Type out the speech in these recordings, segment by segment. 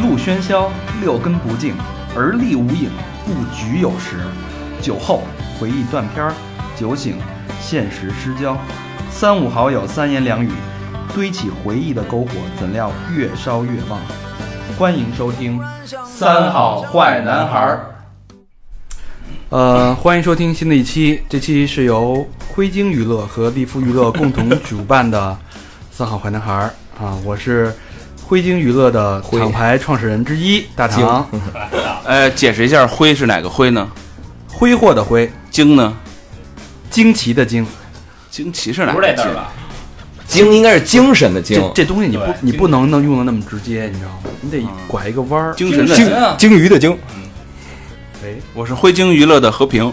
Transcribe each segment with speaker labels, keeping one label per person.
Speaker 1: 路喧嚣，六根不净，而立无影，不局有时。酒后回忆断片儿，酒醒现实失焦。三五好友三言两语，堆起回忆的篝火，怎料越烧越旺。欢迎收听《三好坏男孩儿》。呃，欢迎收听新的一期，这期是由灰鲸娱乐和利夫娱乐共同主办的 《三好坏男孩》儿》啊，我是灰鲸娱乐的厂牌创始人之一大长，
Speaker 2: 呃，解释一下“灰”是哪个“灰”呢？
Speaker 1: 挥霍的挥，
Speaker 2: 惊呢？
Speaker 1: 惊奇的惊，
Speaker 2: 惊奇是哪
Speaker 3: 不
Speaker 2: 个
Speaker 3: 是这
Speaker 2: 惊？
Speaker 3: 字儿吧？
Speaker 4: 精应该是精神的精
Speaker 1: 这，这东西你不
Speaker 3: 对
Speaker 1: 你不能能用的那么直接，你知道吗？你得拐一个弯儿。
Speaker 2: 精神
Speaker 3: 精
Speaker 2: 的。
Speaker 3: 神啊
Speaker 4: 鲸鱼的鲸。
Speaker 1: 哎，
Speaker 2: 我是灰鲸娱乐的和 平。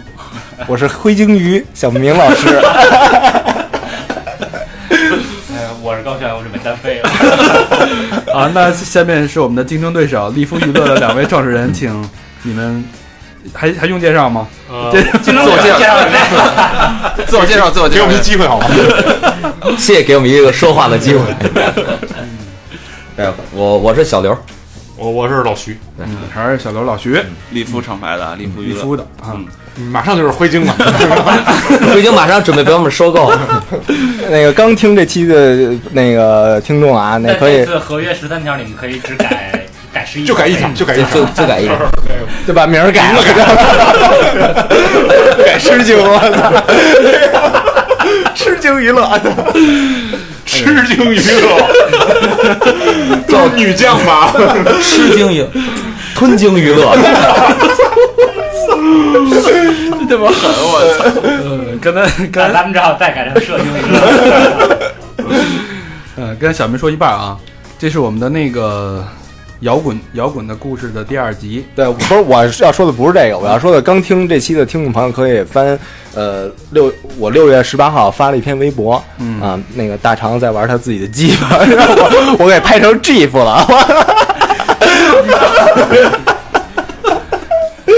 Speaker 4: 我是灰鲸鱼小明老 师，
Speaker 3: 哎我是高轩，我准备单飞了。
Speaker 1: 啊，那下面是我们的竞争对手利夫娱乐的两位创始人，请你们还还用介绍吗？
Speaker 3: 呃
Speaker 1: 这
Speaker 3: 竞争对手介绍什么呀？
Speaker 2: 自我介绍，自我介绍。
Speaker 4: 机会好吗？ 谢谢给我们一个说话的机 会。哎，我我是小刘，
Speaker 5: 我我是老徐，
Speaker 1: 嗯，还是小刘老徐
Speaker 2: 利夫厂牌的啊，利夫
Speaker 1: 嗯利
Speaker 2: 娱
Speaker 1: 夫
Speaker 2: 乐。
Speaker 1: 的啊。
Speaker 5: 嗯马上就是灰鲸了。
Speaker 4: 已经马上准备 被我们收购。 那个刚听这期的那个听众啊，那
Speaker 3: 但
Speaker 4: 可
Speaker 3: 这
Speaker 4: 以
Speaker 3: 次合约十三条，你们可以只改改十一，
Speaker 5: 就改一场，就改一
Speaker 4: 就
Speaker 5: 场，
Speaker 4: 就就改一个， 就把名儿改了， 改诗经，我操，诗经娱乐，
Speaker 5: 吃鲸鱼了，都是女将吧？
Speaker 4: 吃鲸娱，吞鲸娱乐，
Speaker 1: 这么狠，我操！呃，刚才刚才
Speaker 3: 那咱们只好再改成射精了。
Speaker 1: 呃，刚才小明说一半啊，这是我们的那个摇滚摇滚的故事的第二集，
Speaker 4: 对，不是我要说的不是这个，我要说的刚听这期的听众朋友可以翻，呃，六我六月十八号发了一篇微博，
Speaker 1: 嗯
Speaker 4: 啊，那个大肠在玩他自己的鸡巴，然后我我给拍成 GIF 了，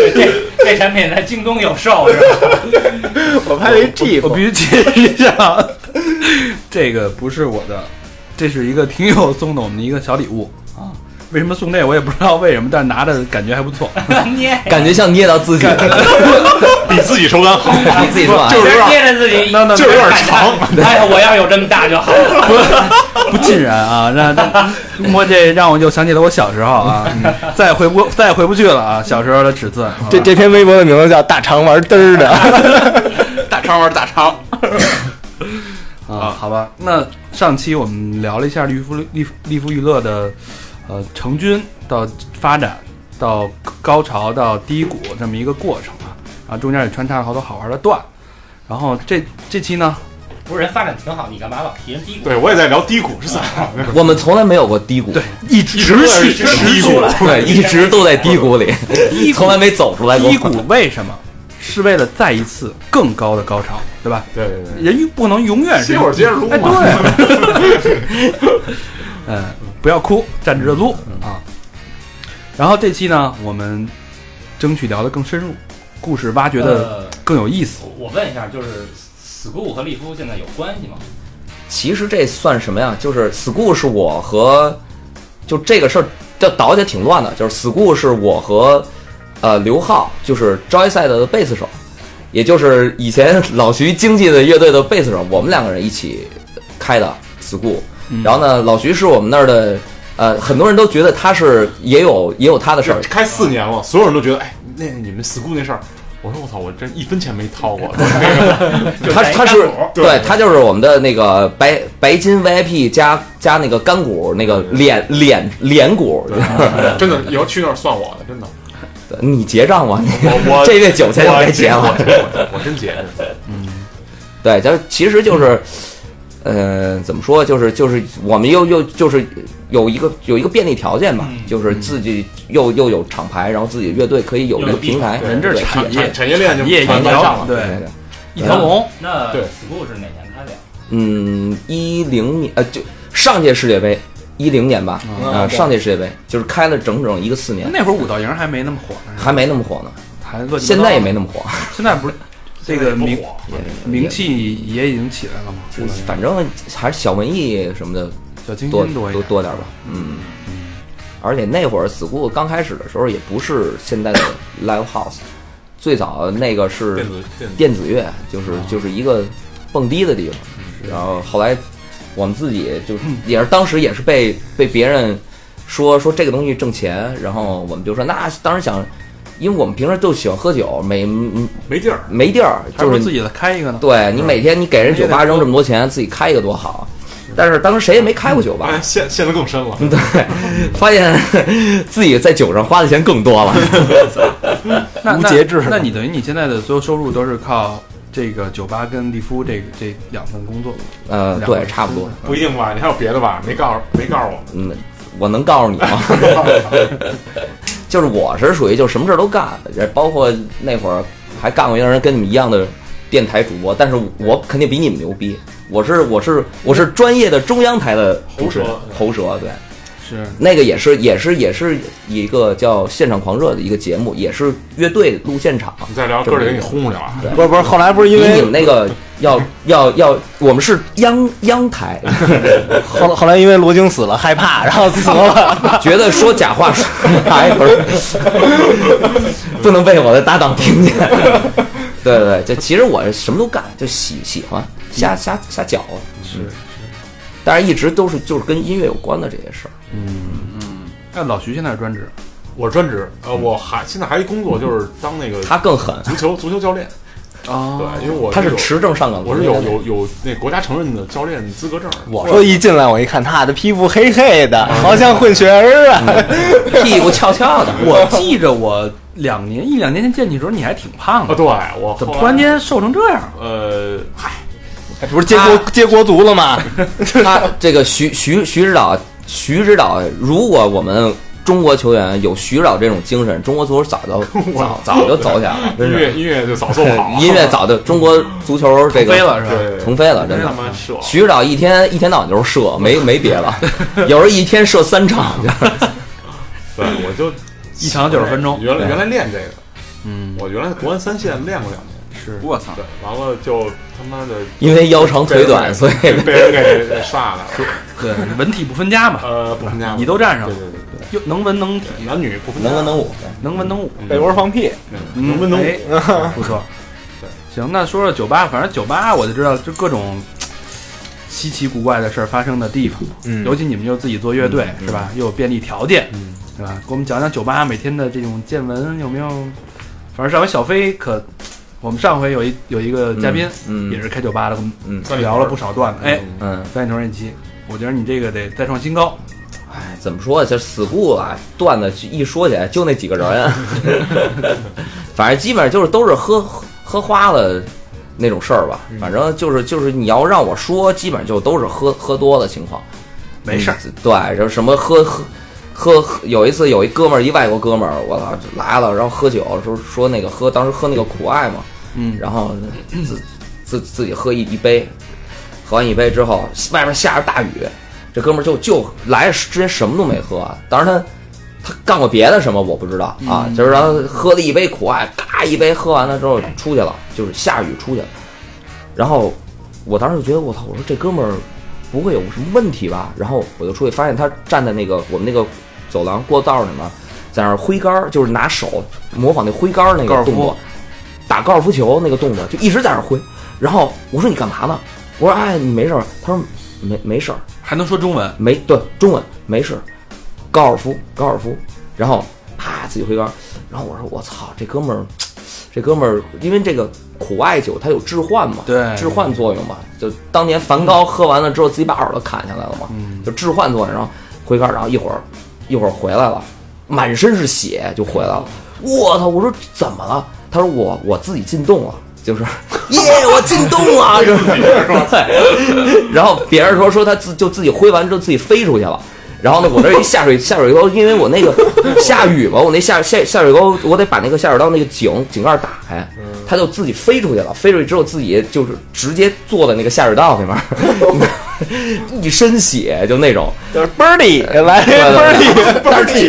Speaker 3: 这这产品在京东有售是吧？
Speaker 4: 我拍了一
Speaker 1: 我
Speaker 4: GIF，
Speaker 1: 必须解释一下， 这个不是我的，这是一个听友送的我们的一个小礼物啊。为什么送这个我也不知道为什么，但是拿着感觉还不错。
Speaker 3: 捏，
Speaker 4: 感觉像捏到自己，
Speaker 5: 比自己手感好，
Speaker 4: 你自己说啊，
Speaker 5: 就是有点
Speaker 3: 捏着自己，
Speaker 1: 那那
Speaker 5: 就是有点
Speaker 3: 感
Speaker 5: 长。
Speaker 3: 叹哎呀，我要有这么大就好了。
Speaker 1: 不尽然啊，让让 摸这让我就想起了我小时候啊，嗯再也回不再也回不去了啊，小时候的尺寸。好吧
Speaker 4: 这这篇微博的名字叫大肠玩嘚儿的，
Speaker 2: 大肠玩大肠。
Speaker 1: 啊，好吧，那上期我们聊了一下利夫利夫利夫娱乐的，呃，成军到发展到高潮到低谷这么一个过程啊，然后中间也穿插了好多好玩的段，然后这这期呢，
Speaker 3: 不是人发展挺好，你干嘛老提人低谷？
Speaker 5: 对，我也在聊低谷是咋样
Speaker 4: 我们从来没有过低谷，
Speaker 1: 嗯一
Speaker 5: 一直在
Speaker 1: 是
Speaker 5: 低谷，
Speaker 4: 对，一直都在低谷里，从来没走出来过
Speaker 1: 低，谷，为什么？是为了再一次更高的高潮，对吧？
Speaker 5: 对对对，
Speaker 1: 人不能永远是
Speaker 5: 歇会儿接着录
Speaker 1: 哎，
Speaker 5: 嘛。
Speaker 1: 对，嗯，不要哭，站直着撸啊。然后这期呢，我们争取聊得更深入，故事挖掘的
Speaker 3: 呃，
Speaker 1: 更有意思。
Speaker 3: 我我问一下，就是 school 和利夫现在有关系吗？
Speaker 4: 其实这算什么呀？就是 school 是我和就这个事儿，这倒起来挺乱的。就是 school 是我和呃刘浩，就是 Joyside 的贝斯手，也就是以前老徐经纪的乐队的贝斯手，我们两个人一起开的 school。然后
Speaker 3: 嗯
Speaker 4: 呢，老徐是我们那儿的，呃，很多人都觉得他是也有也有他的事儿
Speaker 5: 这，开四年了，所有人都觉得，哎，那你们 school 那事儿，我说我操，我这一分钱没掏过，
Speaker 3: 就是
Speaker 4: 他
Speaker 3: 在一
Speaker 4: 他
Speaker 3: 干
Speaker 4: 是
Speaker 3: 股
Speaker 5: 对
Speaker 4: 对他就是我们的那个白白金 VIP 加加那个干股那个
Speaker 3: 嗯
Speaker 4: 脸脸脸股，
Speaker 5: 真的，以后去那儿算我的，真的，
Speaker 4: 呃你结账吧，你
Speaker 5: 我我
Speaker 4: 这月九千就
Speaker 5: 我
Speaker 4: 别结了。
Speaker 5: 我我真结，
Speaker 4: 对，就是其实就是，呃，怎么说，就是就是我们又又就是有一个有一个便利条件吧，
Speaker 3: 嗯
Speaker 4: 就是自己又又有厂牌，然后自己乐队可以有一个平台，
Speaker 5: 有
Speaker 1: 人这
Speaker 4: 对
Speaker 1: 产
Speaker 5: 产
Speaker 1: 业
Speaker 5: 产业链就
Speaker 1: 业一
Speaker 5: 全完善
Speaker 1: 条，
Speaker 5: 了。
Speaker 4: 对对
Speaker 1: 对，
Speaker 4: 对
Speaker 1: 一条龙。
Speaker 3: 那
Speaker 5: 对
Speaker 3: school 是哪年开的呀？
Speaker 4: 嗯，一零年呃，就上届世界杯一零年吧，啊、上届世界杯就是开了整整一个四年，
Speaker 1: 那会儿五道营还没那么火呢，
Speaker 4: 还没那么火呢，
Speaker 1: 还乱七八糟
Speaker 4: 现在也没，那么火，
Speaker 1: 现在不是这个
Speaker 5: 不
Speaker 1: 名
Speaker 5: 火
Speaker 1: 名气也已经起来了嘛？
Speaker 4: 就反正还是小文艺什么的
Speaker 1: 小清
Speaker 4: 多
Speaker 1: 新多一
Speaker 4: 多
Speaker 1: 点。
Speaker 4: 多点儿吧，嗯。而且那会儿 school 刚开始的时候也不是现在的 live house，最早那个是
Speaker 5: 电子电子
Speaker 4: 电子乐，就是就是一个蹦迪的地方。然后后来我们自己就是也是当时也是被被别人说说这个东西挣钱，然后我们就说那当时想，因为我们平时就喜欢喝酒，没
Speaker 5: 没地儿，
Speaker 4: 没地儿，
Speaker 6: 还
Speaker 4: 就
Speaker 6: 说
Speaker 4: 是
Speaker 6: 自己再开一个呢。
Speaker 4: 对你每天你给人酒吧扔这么多钱，自己开一个多好。但是当时谁也没开过酒吧，
Speaker 5: 哎，陷陷得更深 了。
Speaker 4: 发现自己在酒上花的钱更多了。
Speaker 6: 那
Speaker 7: 无节制
Speaker 6: 那。那你等于你现在的所有收入都是靠这个酒吧跟利夫这个这两份工作吗？
Speaker 4: 呃，
Speaker 6: 两
Speaker 4: 对，
Speaker 6: 份
Speaker 4: 差不多。
Speaker 5: 不一定吧？你还有别的吧？没告诉，没告诉我们。
Speaker 4: 嗯，我能告诉你吗？ 就是我是属于就什么事儿都干，也包括那会儿还干过一个人跟你们一样的电台主播，但是我肯定比你们牛逼。我是我是我是专业的中央台的主持人喉舌，对，
Speaker 6: 是
Speaker 4: 那个也是也是也是一个叫《现场狂热》的一个节目，也是乐队录现场。
Speaker 5: 你再聊，哥儿得给你轰出去 了。啊
Speaker 7: 不是不是，后来不是因
Speaker 4: 比你
Speaker 7: 为
Speaker 4: 们那个要要要，我们是央央台，
Speaker 7: 后后来因为罗京死了害怕，然后辞 了。
Speaker 4: 觉得说假话说哎不是，不能被我的搭档听见。 对对对，就其实我什么都干，就喜喜欢瞎瞎瞎搅和，
Speaker 6: 是。
Speaker 4: 但是一直都是就是跟音乐有关的这些事儿。
Speaker 6: 那老徐现在是专职，
Speaker 5: 我是专职，呃，
Speaker 6: 嗯
Speaker 5: 我还现在还一工作就是当那个
Speaker 4: 他更狠，
Speaker 5: 足球足球教练。
Speaker 6: 哦。
Speaker 5: 对，因为我
Speaker 4: 他是
Speaker 5: 有
Speaker 4: 持证上岗族，
Speaker 5: 我是有有有那国家承认的教练资格证。
Speaker 7: 我说一进来我一看，他的皮肤黑黑的，好像混血儿
Speaker 4: 嗯
Speaker 7: 啊！
Speaker 4: 屁股翘翘的
Speaker 6: 我记着我两年一两年前见你的时候，你还挺胖
Speaker 5: 啊，
Speaker 6: 的，
Speaker 5: 对我
Speaker 6: 怎么
Speaker 5: 后来
Speaker 6: 突然间瘦成这样？
Speaker 5: 呃，嗨，
Speaker 7: 不是接国接国足了吗？
Speaker 4: 他这个徐徐徐指导，徐指导，如果我们中国球员有徐指导这种精神，中国足球早就早早就走起来了，真
Speaker 5: 音乐
Speaker 4: 是
Speaker 5: 音乐就早做好了，
Speaker 4: 音乐早就中国足球这 个
Speaker 6: 飞了是吧？
Speaker 5: 对
Speaker 4: 腾飞了，真
Speaker 5: 真他
Speaker 4: 的。
Speaker 5: 妈射。
Speaker 4: 徐指导一天一天到晚就是射，没 没别的，有时候一天射三场， 就是
Speaker 5: 对，我 就
Speaker 6: 一场90分钟
Speaker 5: 原来原来练这个，
Speaker 6: 嗯，
Speaker 5: 我原来国安三线练过两年，
Speaker 6: 是
Speaker 2: 我操
Speaker 5: 对，，完了就他妈的
Speaker 4: 因为腰长腿短，
Speaker 5: 被
Speaker 4: 所以
Speaker 5: 被人给给杀了。
Speaker 6: 对，文体不分家 嘛，
Speaker 5: 呃，不参加吧，
Speaker 6: 你都占上
Speaker 5: 对
Speaker 6: 了，
Speaker 5: 对
Speaker 6: 又
Speaker 5: 对
Speaker 6: 能文能体，
Speaker 5: 对，男女不分家
Speaker 4: 能文能武。
Speaker 6: 能文能武，
Speaker 7: 被窝放 屁，
Speaker 6: 嗯
Speaker 5: 能文能武。
Speaker 6: 哎 不错。
Speaker 5: 对
Speaker 6: 行，那说说酒吧，反正酒吧我就知道，就各种稀奇古怪的事儿发生的地方。
Speaker 7: 嗯
Speaker 6: 尤其你们又自己做乐队、
Speaker 2: 嗯
Speaker 6: 是吧？又有便利条件，嗯，对吧？给我们讲讲酒吧每天的这种见闻有没有？反正上回小飞可，我们上回有一有一个嘉宾、
Speaker 4: 嗯嗯
Speaker 6: 也是开酒吧的，我
Speaker 4: 嗯
Speaker 6: 们聊了不少段子。哎，
Speaker 4: 嗯，
Speaker 6: 三里屯那期，我觉得你这个得再创新高。
Speaker 4: 哎，怎么说？这 school 啊，段子一说起来就那几个人，啊 反正基本上就是都是喝喝花了那种事儿吧。
Speaker 6: 嗯
Speaker 4: 反正就是就是你要让我说，基本上就都是喝喝多的情况。
Speaker 6: 没事儿，
Speaker 4: 嗯对，就什么喝喝。喝喝有一次有一哥们儿，一外国哥们儿，我操来了，然后喝酒，说说那个喝，当时喝那个苦艾嘛，
Speaker 6: 嗯，
Speaker 4: 然后自自自己喝一一杯，喝完一杯之后，外边下着大雨，这哥们儿就就来之前什么都没喝，啊当然他他干过别的什么我不知道
Speaker 6: 嗯
Speaker 4: 啊，就是然后喝了一杯苦艾，嘎一杯喝完了之后出去了，就是下雨出去了，然后我当时就觉得我操，我说这哥们儿不会有什么问题吧？然后我就出去发现他站在那个我们那个走廊过道里面，在那儿挥杆儿，就是拿手模仿那挥杆儿那
Speaker 6: 高尔夫
Speaker 4: 个动作，打高尔夫球那个动作，就一直在那儿挥。然后我说你干嘛呢？我说哎，你没事儿吧？他说没没事儿，
Speaker 6: 还能说中文，
Speaker 4: 没对中文没事儿，高尔夫高尔夫，然后啪自己挥杆儿，然后我说我操，这哥们儿，这哥们儿，因为这个苦艾酒它有致幻嘛，
Speaker 6: 对
Speaker 4: 致幻作用嘛，就当年梵高喝完了之后自己把耳朵砍下来了嘛，就致幻作用，然后挥杆儿，然后一会儿一会儿回来了，满身是血就回来了，我操，我说怎么了？他说我我自己进洞了。就是 耶，我进洞了，就是 对。 然后别人说说他自就自己挥完之后自己飞出去了，然后呢，我这一下水 下水沟，因为我那个下雨嘛，我那下下下水沟，我得把那个下水道那个井井盖打开，它就自己飞出去了。飞出去之后，自己就是直接坐在那个下水道里面， 一身血就那种。
Speaker 7: 就是 Birdy 来
Speaker 4: 对对
Speaker 7: Birdy
Speaker 4: 但是自己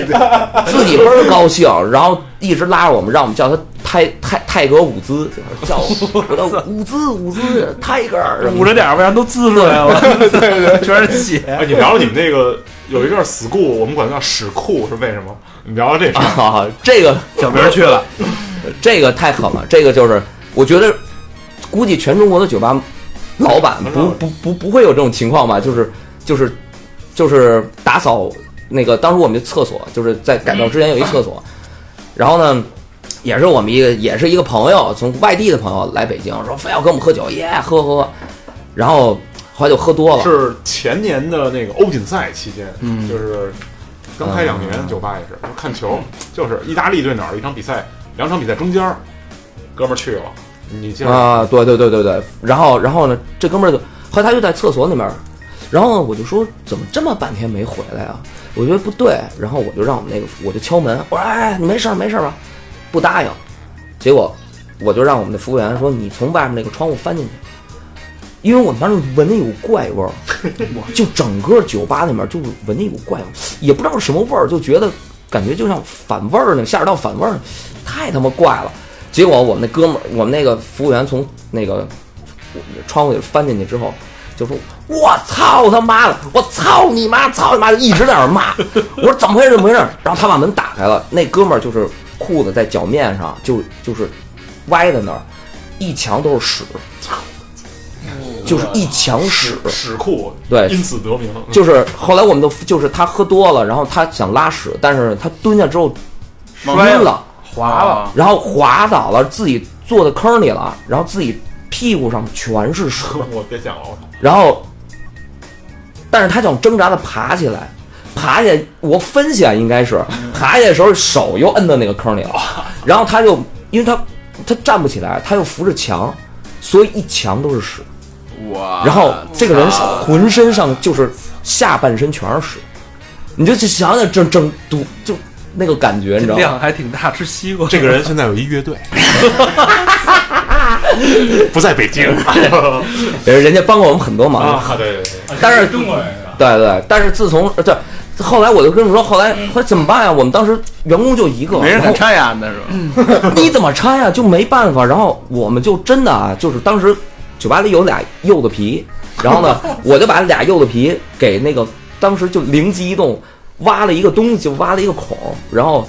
Speaker 4: 自己倍儿高兴，然后一直拉着我们，让我们叫他泰泰泰格伍兹，就是叫我我的伍兹伍兹泰戈尔什么
Speaker 6: 捂着
Speaker 4: 的，
Speaker 6: 点儿，不然都滋出来了，对对， 全是血。
Speaker 5: 哎，你聊聊你们那个有一阵儿死库，我们管它叫屎库是为什么？你聊聊这事儿。
Speaker 4: 啊，这个
Speaker 6: 小明去了，
Speaker 4: 这个太狠了，这个就是我觉得，估计全中国的酒吧老板不不不不会有这种情况吧？就是就是就是打扫那个，当时我们的厕所就是在改造之前有一厕所，然后呢。也是我们一个，也是一个朋友，从外地的朋友来北京，说非要跟我们喝酒，耶，喝喝，喝然后后来就喝多 了，
Speaker 5: 是前年的那个欧锦赛期间，
Speaker 6: 嗯
Speaker 5: 就是刚开两年，酒吧也是看球，就是意大利对哪儿一场比赛，两场比赛中间儿，哥们儿去了，你进来，
Speaker 4: 啊，对对对对对，然后然后呢，这哥们儿就后来他就在厕所里面儿，然后呢我就说怎么这么半天没回来啊？我觉得不对，然后我就让我们那个我就敲门，我说哎你没事儿没事儿吧，不答应，结果我就让我们的服务员说你从外面那个窗户翻进去，因为我们当时闻了一股怪味儿，就整个酒吧里面就闻了一股怪味儿，也不知道是什么味儿，就觉得感觉就像反味儿呢，下水道反味儿，太他妈怪了。结果我们那哥们儿，我们那个服务员从那个窗户里翻进去之后，就说：“我操他妈的，我操你妈，操你妈！”就一直在那儿骂。我说：“怎么回事？怎么回事？”然后他把门打开了，那哥们儿就是裤子在脚面上就就是歪在那儿，一墙都是屎，就是一墙屎。
Speaker 5: 屎库，
Speaker 4: 对
Speaker 5: 因此得名。
Speaker 4: 就是后来我们都就是他喝多了，然后他想拉屎，但是他蹲下之后摔了。
Speaker 6: 滑了，
Speaker 4: 然后滑倒了，自己坐在坑里了，然后自己屁股上全是水，
Speaker 5: 我别想了，我操！
Speaker 4: 然后，但是他想挣扎的爬起来，爬起来，我分析啊，应该是爬起来的时候手又摁到那个坑里了，然后他就因为他他站不起来，他又扶着墙，所以一墙都是屎，
Speaker 2: 哇！
Speaker 4: 然后这个人浑身上就是下半身全是屎，你就去想想整整堵就那个感觉，你知道吗？
Speaker 6: 量还挺大，吃西瓜。
Speaker 5: 这个人现在有一乐队， 不在北 京
Speaker 4: 人人家帮过我们很多忙，
Speaker 5: 啊，对对对，
Speaker 4: 但是
Speaker 1: 中国人是吧？
Speaker 4: 对对，但是自从呃对，后来我就跟你说，后来后来怎么办呀？我们当时员工就一个，
Speaker 2: 没人
Speaker 4: 然
Speaker 2: 敢
Speaker 4: 后
Speaker 2: 啊插眼的是吧？
Speaker 4: 你怎么拆呀？就没办法。然后我们就真的啊，就是当时酒吧里有俩柚子皮，然后呢，我就把俩柚子皮给那个当时就灵机一动，挖了一个东西，挖了一个孔，然后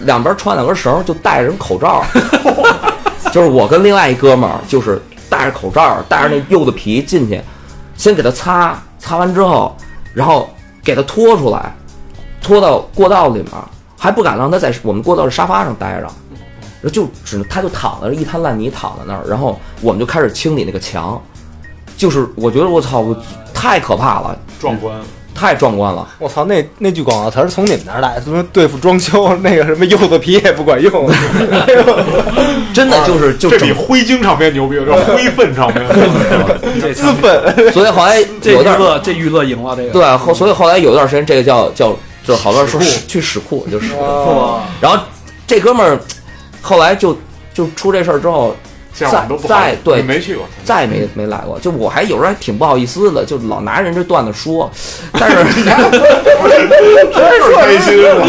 Speaker 4: 两边穿两根绳，就戴着人口罩，就是我跟另外一哥们儿，就是戴着口罩，戴着那柚子皮进去，先给他擦，擦完之后，然后给他拖出来，拖到过道里面，还不敢让他在我们过道的沙发上待着。然后就只能他就躺在那儿一滩烂泥躺在那儿，然后我们就开始清理那个墙，就是我觉得我操，我太可怕了，
Speaker 5: 壮观。
Speaker 4: 太壮观了。
Speaker 7: 我操，那那句广告词儿是从你们那儿来，什么对付装修 那个什么柚子皮也不管用， 哎呦
Speaker 4: 真的就是就
Speaker 5: 这
Speaker 4: 整
Speaker 5: 比灰鲸唱片牛逼，这灰粪唱 片。
Speaker 7: 自焚。
Speaker 4: 所以 后来
Speaker 6: 这
Speaker 4: 有
Speaker 6: 娱
Speaker 4: 段儿
Speaker 6: 乐，这娱乐赢了这个。
Speaker 4: 对后，所以后来有段时间这个叫叫就是好多人说
Speaker 5: 屎库
Speaker 4: 屎去屎库就是，
Speaker 6: 哇，
Speaker 4: 然后这哥们儿后来就就出这事儿之后，
Speaker 5: 像我们都不好
Speaker 4: 在在
Speaker 5: 你
Speaker 4: 对
Speaker 5: 没去过，
Speaker 4: 再也没没来过。就我还有时候还挺不好意思的，就老拿人这段子说，但是
Speaker 5: 就是开心了。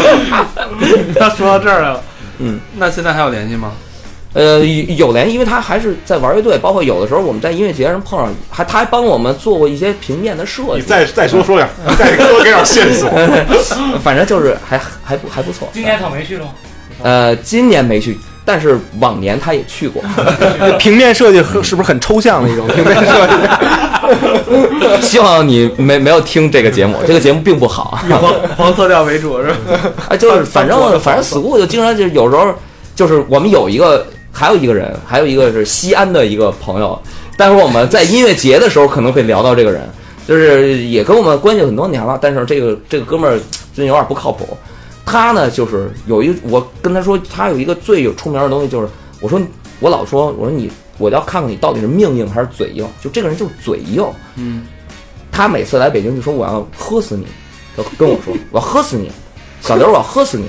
Speaker 6: 他说到这儿来了，
Speaker 4: 嗯，
Speaker 6: 那现在还有联系吗？
Speaker 4: 呃，有联，因为他还是在玩乐队，包括有的时候我们在音乐节上碰上，还他还帮我们做过一些平面的设
Speaker 5: 你
Speaker 4: 计，
Speaker 5: 再再说说点， 再多给点线索。
Speaker 4: 反正就是还还不还不错。
Speaker 1: 今年草莓去了吗？
Speaker 4: 呃，今年没去，但是往年他也去过，
Speaker 7: 那平面设计是不是很抽象的一种平面设计？
Speaker 4: 希望你没没有听这个节目，这个节目并不好啊
Speaker 6: 以黄黄色调为主是吧？
Speaker 4: 啊，就是反正反正 school 就经常就是有时候就是我们有一个还有一个人，还有一个是西安的一个朋友，但是我们在音乐节的时候可能会聊到这个人，就是也跟我们关系很多年了，但是这个这个哥们儿真有点不靠谱。他呢，就是有一我跟他说，他有一个最有出名的东西，就是我说我老说我说你我要看看你到底是命硬还是嘴硬，就这个人就是嘴硬。嗯，他每次来北京就说我要喝死你，他跟我说 我要喝死你，小刘我要喝死你。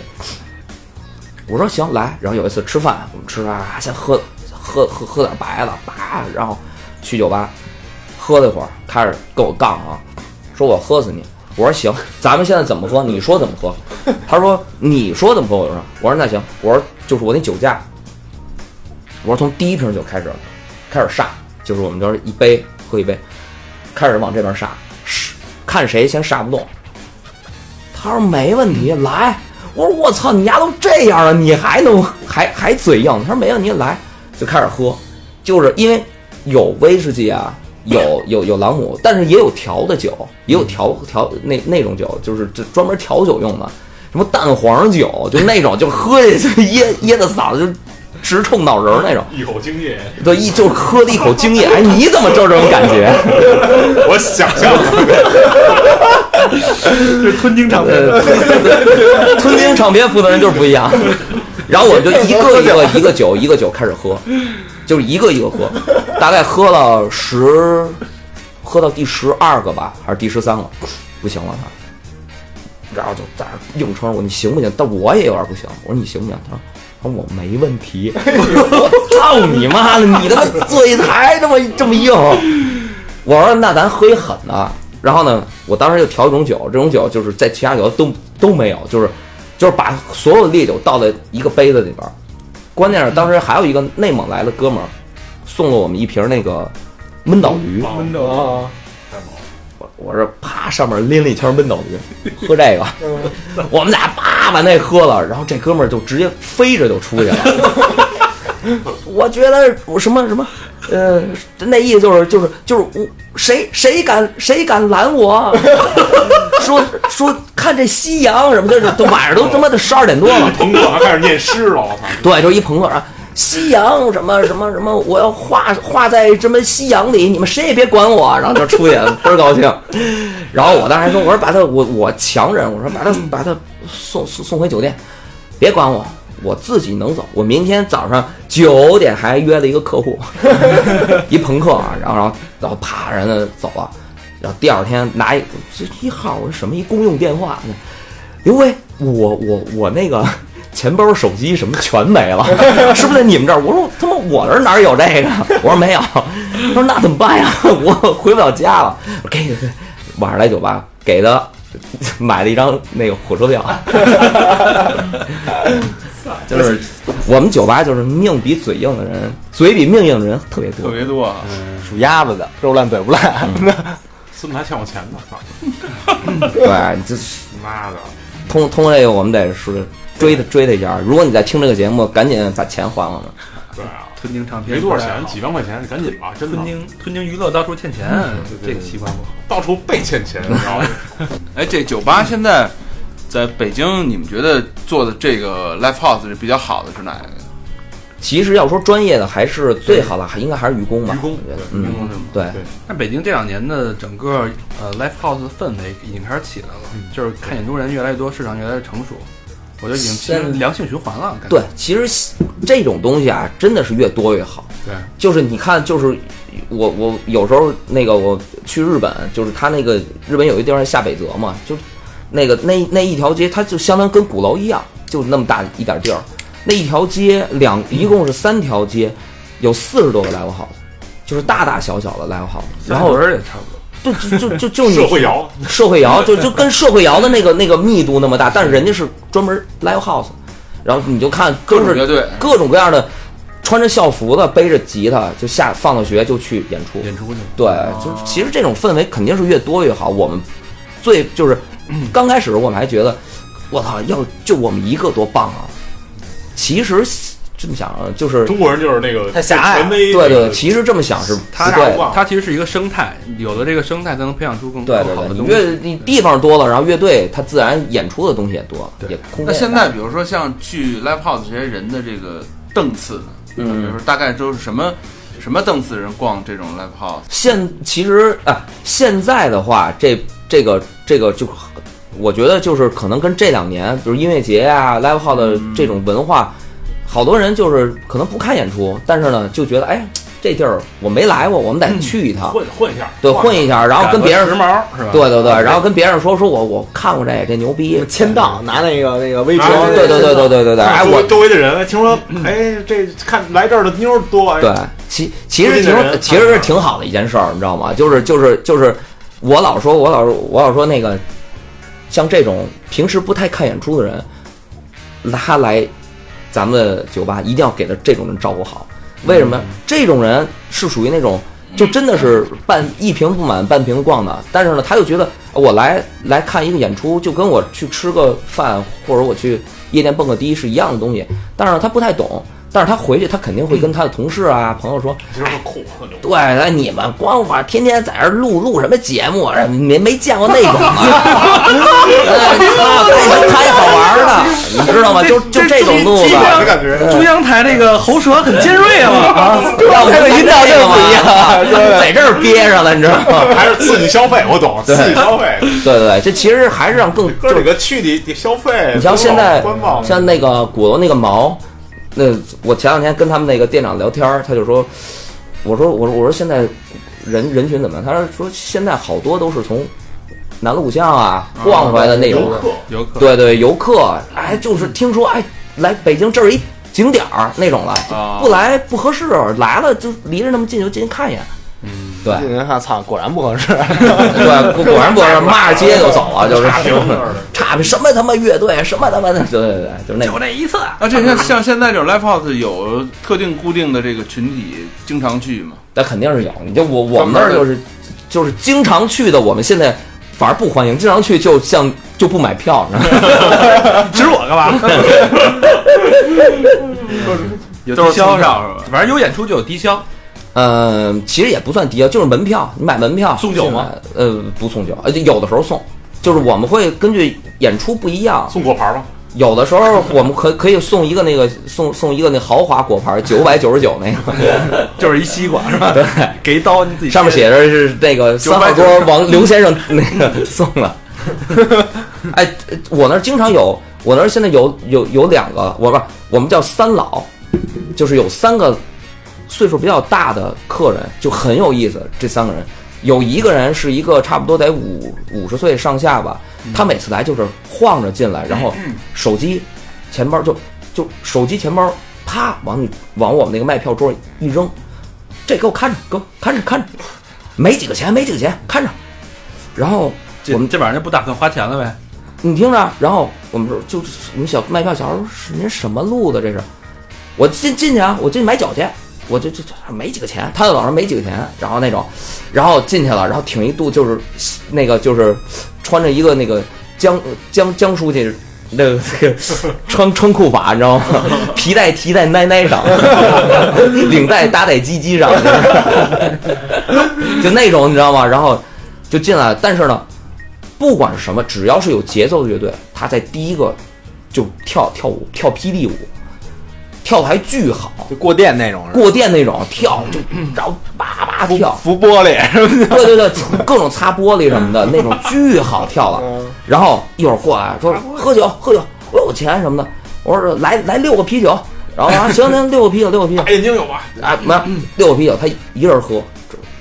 Speaker 4: 我说行来，然后有一次吃饭，我们吃饭啊先喝喝喝喝点白了，叭，然后去酒吧喝了一会儿，开始跟我杠啊，说我喝死你。我说行，咱们现在怎么喝？你 说怎么喝？他说你说怎么喝？我说我说那行，我说就是我那酒驾，我说从第一瓶酒开始，开始煞，就是我们就是一杯喝一杯，开始往这边煞，是看谁先煞不动。他说没问题，来。我说我操，你丫都这样了，你还能还还嘴硬？他说没问题，来，就开始喝，就是因为有威士忌啊，有有有朗姆，但是也有调的酒，也有调调那那种酒，就是就专门调酒用的，什么蛋黄酒，就那种，就喝下去噎噎的嗓子就直冲脑仁儿那种，
Speaker 5: 一口精液，
Speaker 4: 对，一就喝了一口精液，哎，你怎么知道这种感觉？
Speaker 5: 我想 象
Speaker 6: 这吞金唱片，
Speaker 4: 吞金唱片负责人就是不一样。然后我就一个一个一个酒一个酒开始喝，就是一个一个喝，大概喝了十，喝到第十二个吧，还是第十三个，不行了他，然后就在那硬撑我，你行不行？但我也有点不行，我说你行不行？他说。他说我没问题，我操你妈的！你他妈嘴还他妈这么硬，我说那咱喝一狠的、然后呢，我当时就调一种酒，这种酒就是在其他酒都都没有，就是就是把所有的烈酒倒在一个杯子里边儿。关键是当时还有一个内蒙来的哥们儿送了我们一瓶那个焖岛驴，
Speaker 6: 温州
Speaker 7: 啊，
Speaker 4: 我我是啪上面拎了一圈焖岛驴，喝这个， 我们俩叭把那喝了，然后这哥们儿就直接飞着就出去了。 我觉得我什么什么，呃，那意思就是就是就是我谁谁敢谁敢拦我， 说说看这夕阳什么的，都晚上都他妈的十二点多了，
Speaker 5: 彭总还开始念诗了，我操！
Speaker 4: 对，就是一朋克啊，夕阳什么什么什么，我要画画在什么夕阳里，你们谁也别管我，然后就出去了，倍儿高兴。然后我当时还说，我说把他，我我强忍，我说把他把他送送送回酒店，别管我，我自己能走。我明天早上九点还约了一个客户，一朋克啊，然后然后然后啪，人家走了。然后第二天拿一这一号，我说什么一公用电话呢？刘威，我我我那个钱包、手机什么全没了， 是不是在你们这儿？我说他妈我这儿哪有这个？我说没有。他说那怎么办呀？ 我回不了家了。我给给给，晚上来酒吧给他买了一张那个火车票。 就是我们酒吧就是命比嘴硬的人，嘴比命硬的人特别
Speaker 2: 特
Speaker 4: 多。
Speaker 2: 别多啊，
Speaker 7: 属鸭子的，肉烂嘴不烂。
Speaker 5: 嗯
Speaker 4: 嗯
Speaker 5: 孙子还欠我钱呢，操
Speaker 4: 对，就是
Speaker 5: 你妈的！
Speaker 4: 通通过这个我们得是追他追他一下。如果你在听这个节目，赶紧把钱还我们。
Speaker 5: 对啊，
Speaker 6: 吞金唱片
Speaker 5: 没多少钱，几万块钱，赶紧吧，真
Speaker 1: 吞
Speaker 5: 的，
Speaker 1: 金吞金娱乐到处欠钱，
Speaker 2: 嗯
Speaker 5: 对对
Speaker 1: 这个习惯不好。
Speaker 5: 到处被欠钱，
Speaker 4: 嗯
Speaker 5: 你知道吗？
Speaker 2: 哎，这酒吧现在在北京，你们觉得做的这个 live house 是比较好的是哪一个？
Speaker 4: 其实要说专业的，还是最好的，还应该还是愚公吧。
Speaker 5: 愚公
Speaker 4: 我觉得
Speaker 5: 对
Speaker 4: 嗯，
Speaker 2: 是吗？
Speaker 4: 对，
Speaker 1: 但北京这两年的整个呃 live house 的氛围已经开始起来了，
Speaker 2: 嗯
Speaker 1: 就是看演出人越来越多，市场越来越成熟，我觉得已经进
Speaker 2: 嗯
Speaker 1: 入良性循环了。感觉
Speaker 4: 对，其实这种东西啊，真的是越多越好。
Speaker 1: 对，
Speaker 4: 就是你看，就是我我有时候那个我去日本，就是他那个日本有一地方下北泽嘛，就那个那那一条街，它就相当跟鼓楼一样，就那么大一点地儿，那一条街两一共是三条街，有四十多个 live house，就是大大小小的 live house，然后
Speaker 1: 人也差不多。
Speaker 4: 就就就就就
Speaker 5: 嗯
Speaker 4: 你
Speaker 5: 社会摇，
Speaker 4: 社会摇，就就跟社会摇的那个那个密度那么大，但是人家是专门 live house，然后你就看
Speaker 2: 各
Speaker 4: 都
Speaker 2: 种乐
Speaker 4: 是
Speaker 2: 队，
Speaker 4: 各种各样的，穿着校服的，背着吉他就下放了学就去演出，
Speaker 1: 演出去，
Speaker 4: 对，就是其实这种氛围肯定是越多越好。我们最就是刚开始我们还觉得，我操，要就我们一个多棒啊！其实这么想啊，就是
Speaker 5: 中国人就是那个
Speaker 7: 太狭隘了
Speaker 5: 权威
Speaker 4: 对
Speaker 5: 那
Speaker 4: 对，
Speaker 5: 个
Speaker 4: 其实这么想是不
Speaker 1: 它
Speaker 4: 对的。
Speaker 5: 哇
Speaker 1: 它其实是一个生态，有了这个生态，才能培养出更
Speaker 4: 对
Speaker 1: 更好
Speaker 4: 对
Speaker 1: 的
Speaker 4: 对，
Speaker 1: 东
Speaker 4: 你
Speaker 1: 西。
Speaker 4: 乐你地方多了，然后乐队它自然演出的东西也多，
Speaker 1: 对
Speaker 4: 也空间也大。
Speaker 2: 那现在比如说像去 live house 这些人的这个档次呢，比如
Speaker 4: 嗯，
Speaker 2: 说大概都是什么什么档次的人逛这种 live house？
Speaker 4: 现其实啊，现在的话，这这个这个就，我觉得就是可能跟这两年，比如音乐节啊、live house 的
Speaker 1: 嗯
Speaker 4: 这种文化，好多人就是可能不看演出，但是呢就觉得哎，这地儿我没来过，我们得
Speaker 1: 嗯
Speaker 4: 去一趟，
Speaker 5: 混混一下，
Speaker 4: 对，混一下，然后跟别人
Speaker 1: 时髦是吧？啊
Speaker 4: 对对对，然后跟别人说说我我看过这个，这牛逼，
Speaker 7: 签到，拿那个那个微博，
Speaker 5: 啊
Speaker 4: 对对对对对对对，
Speaker 1: 啊
Speaker 4: 哎
Speaker 5: 看周
Speaker 4: 我
Speaker 5: 围周围的人，听说哎，这看来这儿的妞儿多，哎
Speaker 4: 对，其其实
Speaker 5: 附近的
Speaker 4: 挺
Speaker 5: 人
Speaker 4: 其实是挺好的一件事儿，你知道吗？就是就是就是，我老说，我老我老说那个，像这种平时不太看演出的人，他来咱们的酒吧，一定要给他这种人照顾好。为什么呀？这种人是属于那种就真的是半一瓶不满半瓶逛的，但是呢，他又觉得我来来看一个演出，就跟我去吃个饭或者我去夜店蹦个迪是一样的东西，但是呢他不太懂。但是他回去，他肯定会跟他的同事啊、朋友说，哎
Speaker 5: 其实很酷，很牛。
Speaker 4: 对，那你们光我天天在这儿录录什么节目，没没见过哎那种的，啊，太太好玩儿的，你知道吗？就就这种路子，
Speaker 5: 的感觉，
Speaker 8: 中央台这个喉舌很尖锐哎啊！
Speaker 4: 要不就到这个嘛，啊 在这儿憋上了，你知道吗？
Speaker 5: 还是刺激消费，我懂，刺激消费。
Speaker 4: 对对对，这其实还是让更就
Speaker 5: 哥几
Speaker 4: 是
Speaker 5: 个去你得消费，
Speaker 4: 你像现在
Speaker 5: 官网，
Speaker 4: 像那个鼓楼那个毛，那我前两天跟他们那个店长聊天儿，他就说，我说我说我说现在人人群怎么样？他说说现在好多都是从南锣鼓巷啊逛回来的那种，
Speaker 2: 游客
Speaker 4: 对对，游客，哎，就是听说哎来北京这儿一景点儿那种了，
Speaker 2: 啊
Speaker 4: 不来不合适，来了就离着那么近就进去看一眼，嗯，对。
Speaker 7: 进人看，操，果然不合适。
Speaker 4: 对，果果然不是骂着街就走了，就是
Speaker 5: 差评就是
Speaker 4: 差评什么他妈乐队，什么他妈的，对对对，就是那种。
Speaker 8: 就这一次，
Speaker 2: 那这像像现在这种 live house 有特定固定的这个群体经常去吗？
Speaker 4: 那肯定是有，你就我我们那儿
Speaker 2: 专门的
Speaker 4: 就是就是经常去的，我们现在反而不欢迎，经常去就像就不买票，你知道吗？
Speaker 8: 指我干嘛？
Speaker 2: 有
Speaker 1: 都
Speaker 2: 低
Speaker 1: 是
Speaker 2: 消
Speaker 1: 从
Speaker 2: 是
Speaker 1: 上
Speaker 2: 吧？
Speaker 1: 反正有演出就有低消，
Speaker 4: 嗯，其实也不算低啊，就是门票，你买门票
Speaker 1: 送酒吗？
Speaker 4: 呃，不送酒，呃，有的时候送，就是我们会根据演出不一样，
Speaker 5: 送果盘吧，
Speaker 4: 有的时候我们可可以送一个那个送送一个那豪华果盘，九百九十九那个，
Speaker 8: 就是一西瓜是吧？对，给一刀你自己
Speaker 4: 上面写着是那个三号桌王刘先生那个 送 了。哎，我那儿经常有，我那儿现在有有有两个，我不是我们叫三老，就是有三个岁数比较大的客人，就很有意思。这三个人，有一个人是一个差不多得五五十岁上下吧，
Speaker 8: 嗯
Speaker 4: 他每次来就是晃着进来，然后手机、钱包就就手机钱包啪往你往我们那个卖票桌一扔，这给我看着，给我看着看着，没几个钱，没几个钱，看着。然后
Speaker 1: 这
Speaker 4: 我们
Speaker 1: 这晚上就不打算花钱了呗。
Speaker 4: 你听着，然后我们说就我们小卖票小孩说是您什么路子这是？我进进去啊，我进去买酒去，我就就就没几个钱，他的老师没几个钱，然后那种，然后进去了，然后挺一度就是那个就是穿着一个那个江 江江啊书记。那个那个穿穿裤衩，你知道吗？ 皮带提在奶奶上，领带搭在鸡鸡上， 就那种你知道吗？然后就进来了，但是呢，不管是什么，只要是有节奏的乐队，他在第一个就跳跳舞，跳霹雳舞，跳的还巨好，
Speaker 7: 就过电那种，
Speaker 4: 过电那种跳就，嗯然后叭叭跳，
Speaker 7: 扶玻璃什么
Speaker 4: 对对对，各种擦玻璃什么的那种巨好跳了。然后一会儿过来说喝酒喝酒，我有钱什么的，我说来来六个啤酒，然后啊行行六个啤酒六个啤酒，
Speaker 5: 大眼哎睛有吧？
Speaker 4: 啊，没有六个啤酒，他一人喝，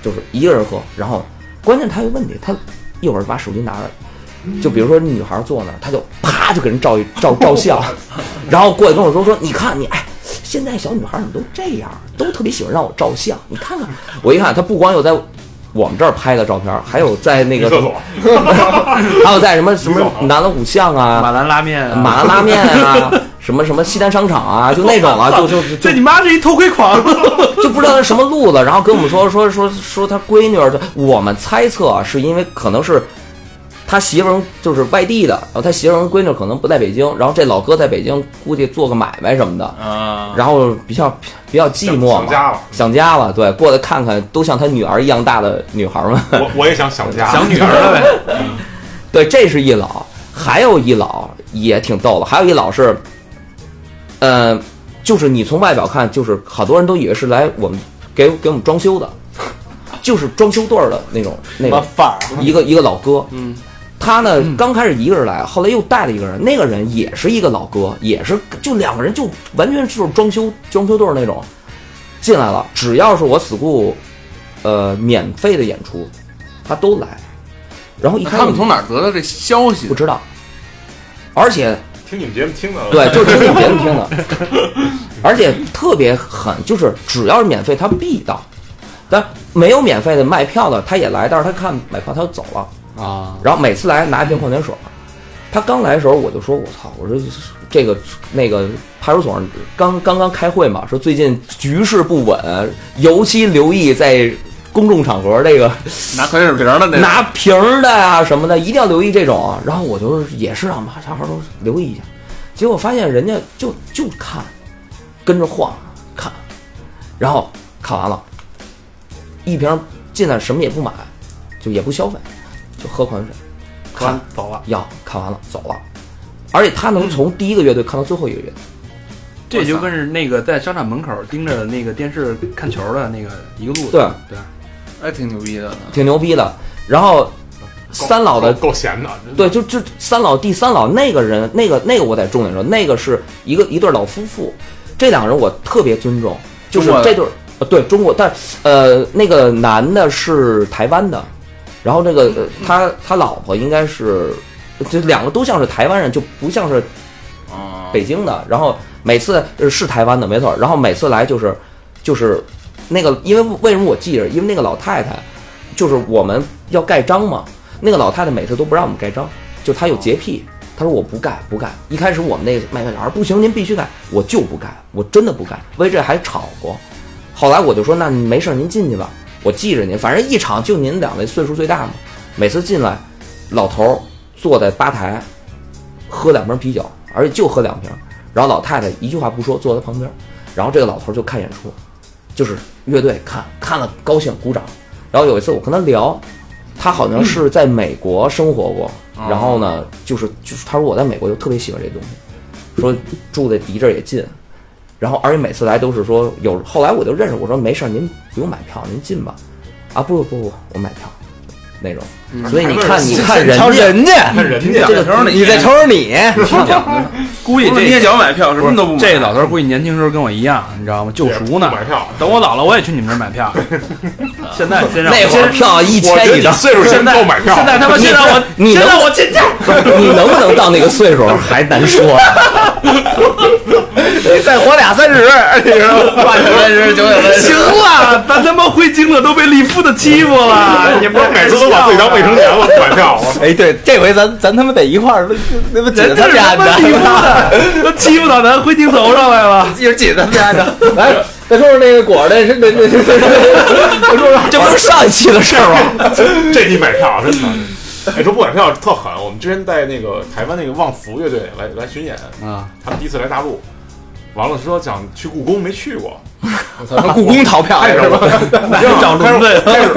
Speaker 4: 就就是一个人喝。然后关键他有问题，他一会儿把手机拿着，就比如说女孩坐那儿，他就啪就给人照一照照 相，然后过去跟我说说，你看你哎。现在小女孩怎么都这样，都特别喜欢让我照相。你看看，我一看，她不光有在我们这儿拍的照片，还有在那个
Speaker 5: 厕所，
Speaker 4: 还有在什么什么南锣鼓巷啊、
Speaker 1: 马兰拉面啊，
Speaker 4: 马兰拉面啊、什么什么西单商场啊，就那种啊，就就就
Speaker 8: 这你妈是一偷窥狂！
Speaker 4: 就不知道他什么路子，然后跟我们说 说说说他闺女儿，我们猜测啊，是因为可能是他媳妇儿就是外地的，然后他媳妇儿跟闺女可能不在北京，然后这老哥在北京估计做个买卖什么的，
Speaker 2: 啊，
Speaker 4: 然后比较比较 寂寞嘛，
Speaker 5: 想家了。
Speaker 4: 想家了，对，过来看看，都像他女儿一样大的女孩们，
Speaker 5: 我我也想想家，
Speaker 1: 想女儿了呗。
Speaker 4: 对，这是一老，还有一老也挺逗的，还有一老是，呃，就是你从外表看，就是好多人都以为是来我们给给我们装修的， 就是装修队儿的那种那
Speaker 7: 么
Speaker 4: 种
Speaker 7: 范儿，
Speaker 4: 一个一个老哥，嗯，他呢刚开始一个人来，后来又带了一个人，那个人也是一个老哥，也是就两个人就完全就是装修装修队儿那种，进来了，只要是我 school，呃，免费的演出，他都来，然后一
Speaker 2: 那
Speaker 4: 开
Speaker 2: 他
Speaker 4: 始
Speaker 2: 们从哪儿得到这消息
Speaker 4: 不？知道，而且
Speaker 5: 听你们节目听的，
Speaker 4: 对，就听你别人听的，而且特别狠，就是只要是免费，他必到。但没有免费的啊卖票的，他也来，但是他看买票他就走了啊。然后每次来拿一瓶矿泉水，他刚来的时候，我就说，我操，我说这个那个派出所刚刚刚开会嘛，说最近局势不稳，尤其留意在公众场合这个
Speaker 2: 拿矿泉水瓶儿的那
Speaker 4: 拿瓶儿的呀、什么的，一定要留意这种。然后我就是也是让马小孩都留意一下，结果发现人家就就看，跟着晃看，然后看完了，一瓶进来什么也不买，就也不消费，就喝矿泉水，看
Speaker 8: 完走了，
Speaker 4: 要看完了走了。而且他能从第一个乐队看到最后一个乐队，
Speaker 1: 这就跟是那个在商场门口盯着那个电视看球的那个一个路子。
Speaker 4: 对
Speaker 1: 对，
Speaker 2: 哎，挺牛逼的呢。
Speaker 4: 挺牛逼的。然后三老的
Speaker 5: 够够闲的，
Speaker 4: 对，就就三老第三老那个人，那个那个我得重点说，那个是一个一对老夫妇，这两个人我特别尊重，就是
Speaker 2: 中国的
Speaker 4: 这对儿呃对中国，但呃那个男的是台湾的，然后那
Speaker 2: 嗯
Speaker 4: 个呃他他老婆应该是，这两个都像是台湾人，就不像是
Speaker 2: 啊，
Speaker 4: 北京的，然后每次呃是台湾的没错，然后每次来就是就是那个，因为为什么我记着，因为那个老太太就是我们要盖章嘛，那个老太太每次都不让我们盖章，就她有洁癖，她说我不盖不盖。一开始我们那个卖个小孩不行，您必须盖，我就不盖，我真的不盖，为这还吵过。后来我就说那没事儿您进去吧，我记着您，反正一场就您两位岁数最大嘛，每次进来，老头儿坐在吧台，喝两瓶啤酒，而且就喝两瓶，然后老太太一句话不说坐在旁边，然后这个老头儿就看演出，就是乐队看看了高兴鼓掌，然后有一次我跟他聊，他好像是在美国生活过，
Speaker 2: 哦
Speaker 4: 然后呢就是就是他说我在美国就特别喜欢这东西，说住的离这儿也近。然后，而且每次来都是说有，后来我就认识我说没事儿，您不用买票，您进吧。啊，不不不，我买票，那种。所以你看，你看人
Speaker 7: 瞧
Speaker 4: 家，
Speaker 7: 人家，
Speaker 5: 看人家
Speaker 4: 这个
Speaker 2: 小时候
Speaker 7: 你再瞅瞅你，
Speaker 1: 听讲的，估计
Speaker 2: 不是
Speaker 1: 这
Speaker 2: 捏脚买票，什
Speaker 1: 不
Speaker 2: 么
Speaker 1: 是
Speaker 2: 都不买。
Speaker 1: 这老头儿估计年轻时候跟我一样，你知道吗？救赎呢
Speaker 5: 也不。买票，
Speaker 1: 等我老了，我也去你们这儿买 票。现在先让
Speaker 4: 那会儿票一
Speaker 5: 我觉得
Speaker 4: 千一
Speaker 5: 你
Speaker 4: 张，
Speaker 5: 岁数
Speaker 1: 现
Speaker 5: 轻
Speaker 1: 在
Speaker 5: 够买票，
Speaker 1: 现在他妈现在我
Speaker 4: 你
Speaker 1: 现
Speaker 4: 能
Speaker 1: 在我进去。
Speaker 4: 你能不能到那个岁数 还难说。
Speaker 7: 你再活俩三十，你知道吗？
Speaker 2: 八九分十九九分
Speaker 8: 行了，咱他妈挥金了，都被利夫的欺负
Speaker 4: 啊
Speaker 8: 了，你
Speaker 5: 不是每次都把自己当未成年了，不买票了。
Speaker 7: 哎，对，这回咱咱他妈得一块儿，那不挤
Speaker 8: 人
Speaker 7: 得
Speaker 8: 家
Speaker 7: 他
Speaker 8: 是
Speaker 7: 们家
Speaker 8: 他妈利夫的，
Speaker 7: 的，
Speaker 8: 都欺负到咱挥金头上来了。
Speaker 7: 一直挤得他们家 的。来，再说说那个果儿的，是那那那那，说说
Speaker 4: 这不是上一期的事儿吗？
Speaker 5: 这你买票啊真的。哎，说不买票特狠。我们之前在那个台湾那个旺福乐队来来巡演
Speaker 1: 啊，
Speaker 5: 他们第一次来大陆，完了说想去故宫没去过，
Speaker 7: 上故宫逃票
Speaker 5: 开
Speaker 7: 去
Speaker 5: 始
Speaker 7: 哎是吧？
Speaker 5: 找开始开始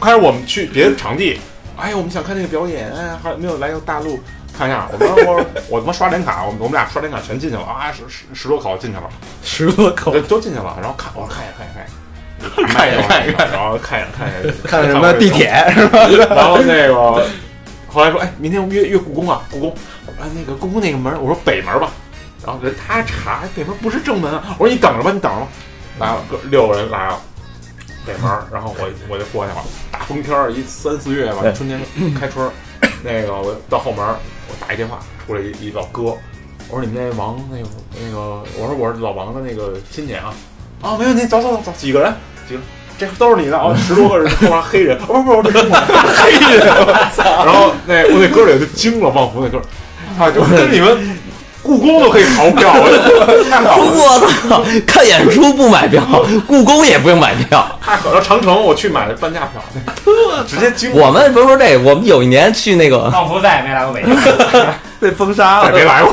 Speaker 5: 开始我们去别的场地，哎，我们想看那个表演，哎，还有没有来到大陆看一下。我们我我他妈刷点卡，我们我们俩刷点卡全进去了啊，十十十多口进去了，
Speaker 8: 十多口，
Speaker 5: 都都进去了。然后看我说看一眼看一眼，看一眼看一眼，然后看一眼看一眼，
Speaker 7: 看什么地铁是吧？
Speaker 5: 然后那个后来说，哎，明天我们约约故宫啊，故宫，啊那个故宫那个门儿，我说北门儿吧，然后人他查北门儿不是正门啊，我说你等着吧，你等着吧，来了哥六个人来了。北门儿，然后我我就过去了。大风天儿，一三四月吧，春天开春儿，那个我到后门儿，我打一电话，出来一一老哥，我说你们那王那个那个，我说我是老王的那个亲戚啊，啊没问题，走走走走，几个人几个，这都是你的啊，十多个人，后面黑人，哦不不不，这中国人黑人，我操！然后那我那哥俩就惊了，旺福那哥儿，啊就跟你们故宫都可以逃票，我太好了。
Speaker 4: 我操，看演出不买票，故宫也不用买票。
Speaker 5: 太狠了！长城我去买了半价票，直接惊了
Speaker 4: 我们不是说这个，我们有一年去那个，
Speaker 3: 旺福再也没来 过北京，
Speaker 8: 被封杀
Speaker 5: 再没
Speaker 8: 了。
Speaker 5: 来过。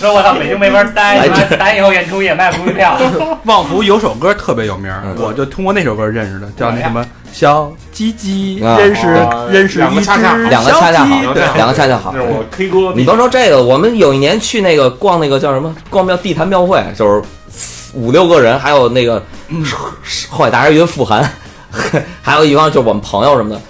Speaker 3: 说我操，北京没法待，他妈待以后演出也卖不出去票。
Speaker 1: 旺福有首歌特别有名儿，
Speaker 4: 嗯
Speaker 1: 我就通过那首歌认识的，叫那什么小鸡鸡，
Speaker 4: 啊
Speaker 8: 认识
Speaker 5: 啊
Speaker 8: 认识
Speaker 5: 两
Speaker 8: 一
Speaker 5: 个
Speaker 8: 只
Speaker 5: 恰恰好
Speaker 4: 两个恰恰好
Speaker 5: 两
Speaker 8: 小
Speaker 5: 个
Speaker 8: 鸡
Speaker 5: 恰恰好
Speaker 4: 两个恰恰好
Speaker 5: 那。是我 K 歌，
Speaker 4: 你甭说这个，我们有一年去那个逛那个叫什么，逛庙地坛庙会，就是五六个人，还有那个后海大鲨鱼的傅涵， 还有一帮就是我们朋友什么的，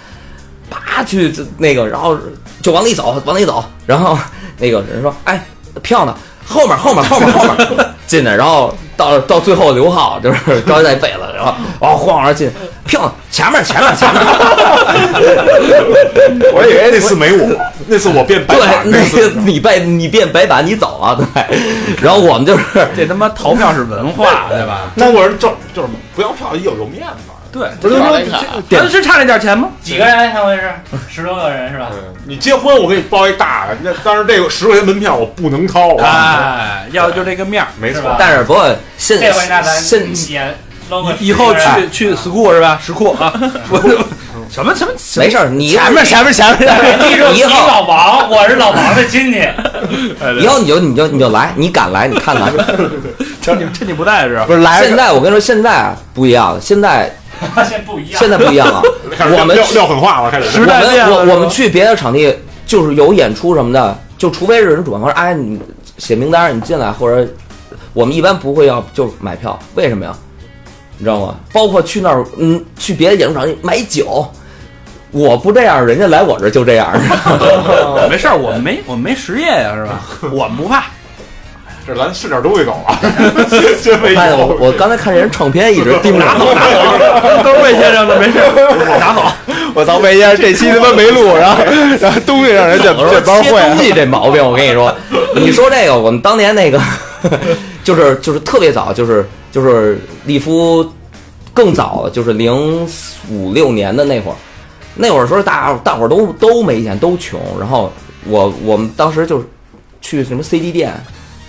Speaker 4: 叭去这那个，然后就往里走，往里走，然后那个人说：“哎，票呢？后面，后面，后面，后面进去。”然后到到最后刘浩就是 高在背了，然后往晃晃进，票呢？前面，前面，前面。
Speaker 5: 我以为那次没我，那次我变白发
Speaker 4: 对，
Speaker 5: 那
Speaker 4: 那
Speaker 5: 次
Speaker 4: 个你被你变白板，你走啊，对。然后我们就是
Speaker 1: 这他妈逃票是文化，对吧？
Speaker 5: 中国人就就是不要票，有有面子。
Speaker 1: 对，
Speaker 7: 不是
Speaker 9: 瓦
Speaker 7: 说
Speaker 9: 莱卡
Speaker 7: 这
Speaker 1: 咱
Speaker 7: 点
Speaker 1: 是差那点钱吗？
Speaker 3: 几个人上回是十多个人是
Speaker 6: 啊
Speaker 3: 吧？
Speaker 5: 嗯，你结婚我给你包一大的，那当然这个十块钱门票我不能掏啊，
Speaker 1: 哎，要的就是这个面儿。
Speaker 5: 没
Speaker 3: 是吧
Speaker 5: 错，
Speaker 4: 但是不过现
Speaker 3: 这回那咱嗯
Speaker 4: 现
Speaker 3: 也搂个
Speaker 1: 以后
Speaker 3: 十个人
Speaker 1: 去去 school 是吧？石库啊，我什么什么什
Speaker 4: 没
Speaker 1: 么
Speaker 4: 事儿，你
Speaker 7: 前面前面前面，
Speaker 3: 人家说
Speaker 4: 以
Speaker 3: 你
Speaker 4: 后
Speaker 3: 老王，我是老王的亲戚，
Speaker 4: 以后你就你就你就来，你敢来你看看。
Speaker 1: 趁你趁你不在是吧？
Speaker 7: 不是来
Speaker 4: 现在我跟你说，现在啊不一样了，现在
Speaker 3: 发现不一样。
Speaker 4: 现在不一样了。
Speaker 5: 开始
Speaker 4: 我们
Speaker 5: 撂撂狠话了，开始
Speaker 4: 我
Speaker 1: 时代变
Speaker 4: 们
Speaker 1: 了是吧
Speaker 4: 我我们去别的场地，就是有演出什么的，就除非是人主办方说，哎，你写名单你进来，或者我们一般不会要就买票，为什么呀？你知道吗？包括去那儿，嗯，去别的演出场地买酒，我不这样，人家来我这儿就这样。
Speaker 1: 没事儿，我们没我们没失业呀是吧？我们 不怕，
Speaker 5: 这咱是点东西走啊， 真没
Speaker 4: 发现哎我
Speaker 5: 有。
Speaker 4: 我刚才看这人唱片一直盯着我，
Speaker 1: 都是魏先生的，没事儿，拿走。
Speaker 7: 我操，魏先生这期他妈没录， 然后然后东西让人卷
Speaker 4: 我说
Speaker 7: 卷包
Speaker 4: 切东
Speaker 7: 会，
Speaker 4: 西这毛病，我跟你说，你说这个，我们当年那个 就是就是特别早，就是就是利夫更早，就是零五六年的那会儿，那会儿说大大伙儿都都没钱，都穷，然后我我们当时就是去什么 CD 店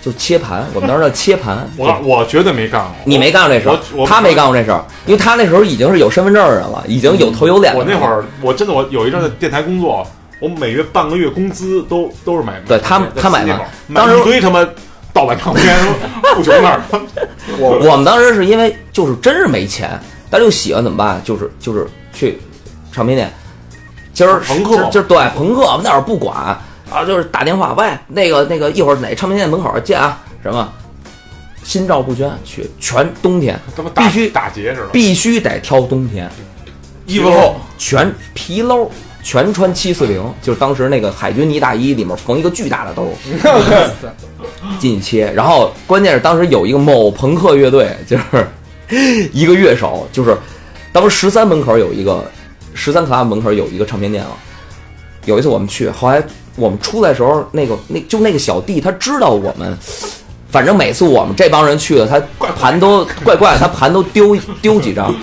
Speaker 4: 就切盘，我们当时叫切盘，
Speaker 5: 我我绝对没干过，
Speaker 4: 你没干过这事儿
Speaker 5: 我我，
Speaker 4: 他没干过这事儿，因为他那时候已经是有身份证的人了，已经有头有脸了。
Speaker 5: 我那会儿我真的我有一阵在电台工作，我每月半个月工资都都是买，
Speaker 4: 对他
Speaker 5: 在
Speaker 4: 他买
Speaker 5: 那
Speaker 4: 的
Speaker 5: 会儿买
Speaker 4: 当时
Speaker 5: 一堆他妈盗版唱片，不穷那儿，
Speaker 7: 我
Speaker 4: 我们当时是因为就是真是没钱，但是又喜欢怎么办？就是就是去唱片店，今儿
Speaker 5: 朋克
Speaker 4: 今儿今儿对朋克，我们那会儿不管啊，就是打电话，喂，那个那个一会儿哪唱片店门口见啊？什么？心照不宣，去全冬天
Speaker 5: 他妈打
Speaker 4: 必须
Speaker 5: 打劫似的。
Speaker 4: 必须得挑冬天，
Speaker 2: 衣服厚，
Speaker 4: 全皮褛，全穿七四零，就是当时那个海军呢大衣里面缝一个巨大的兜， 进去切。然后关键是当时有一个某朋克乐队，就是一个乐手，就是当时十三门口有一个十三 club 门口有一个唱片店了。有一次我们去，后来我们出来的时候，那个那就那个小弟他知道我们，反正每次我们这帮人去了，他盘都怪怪，他盘都丢丢几张。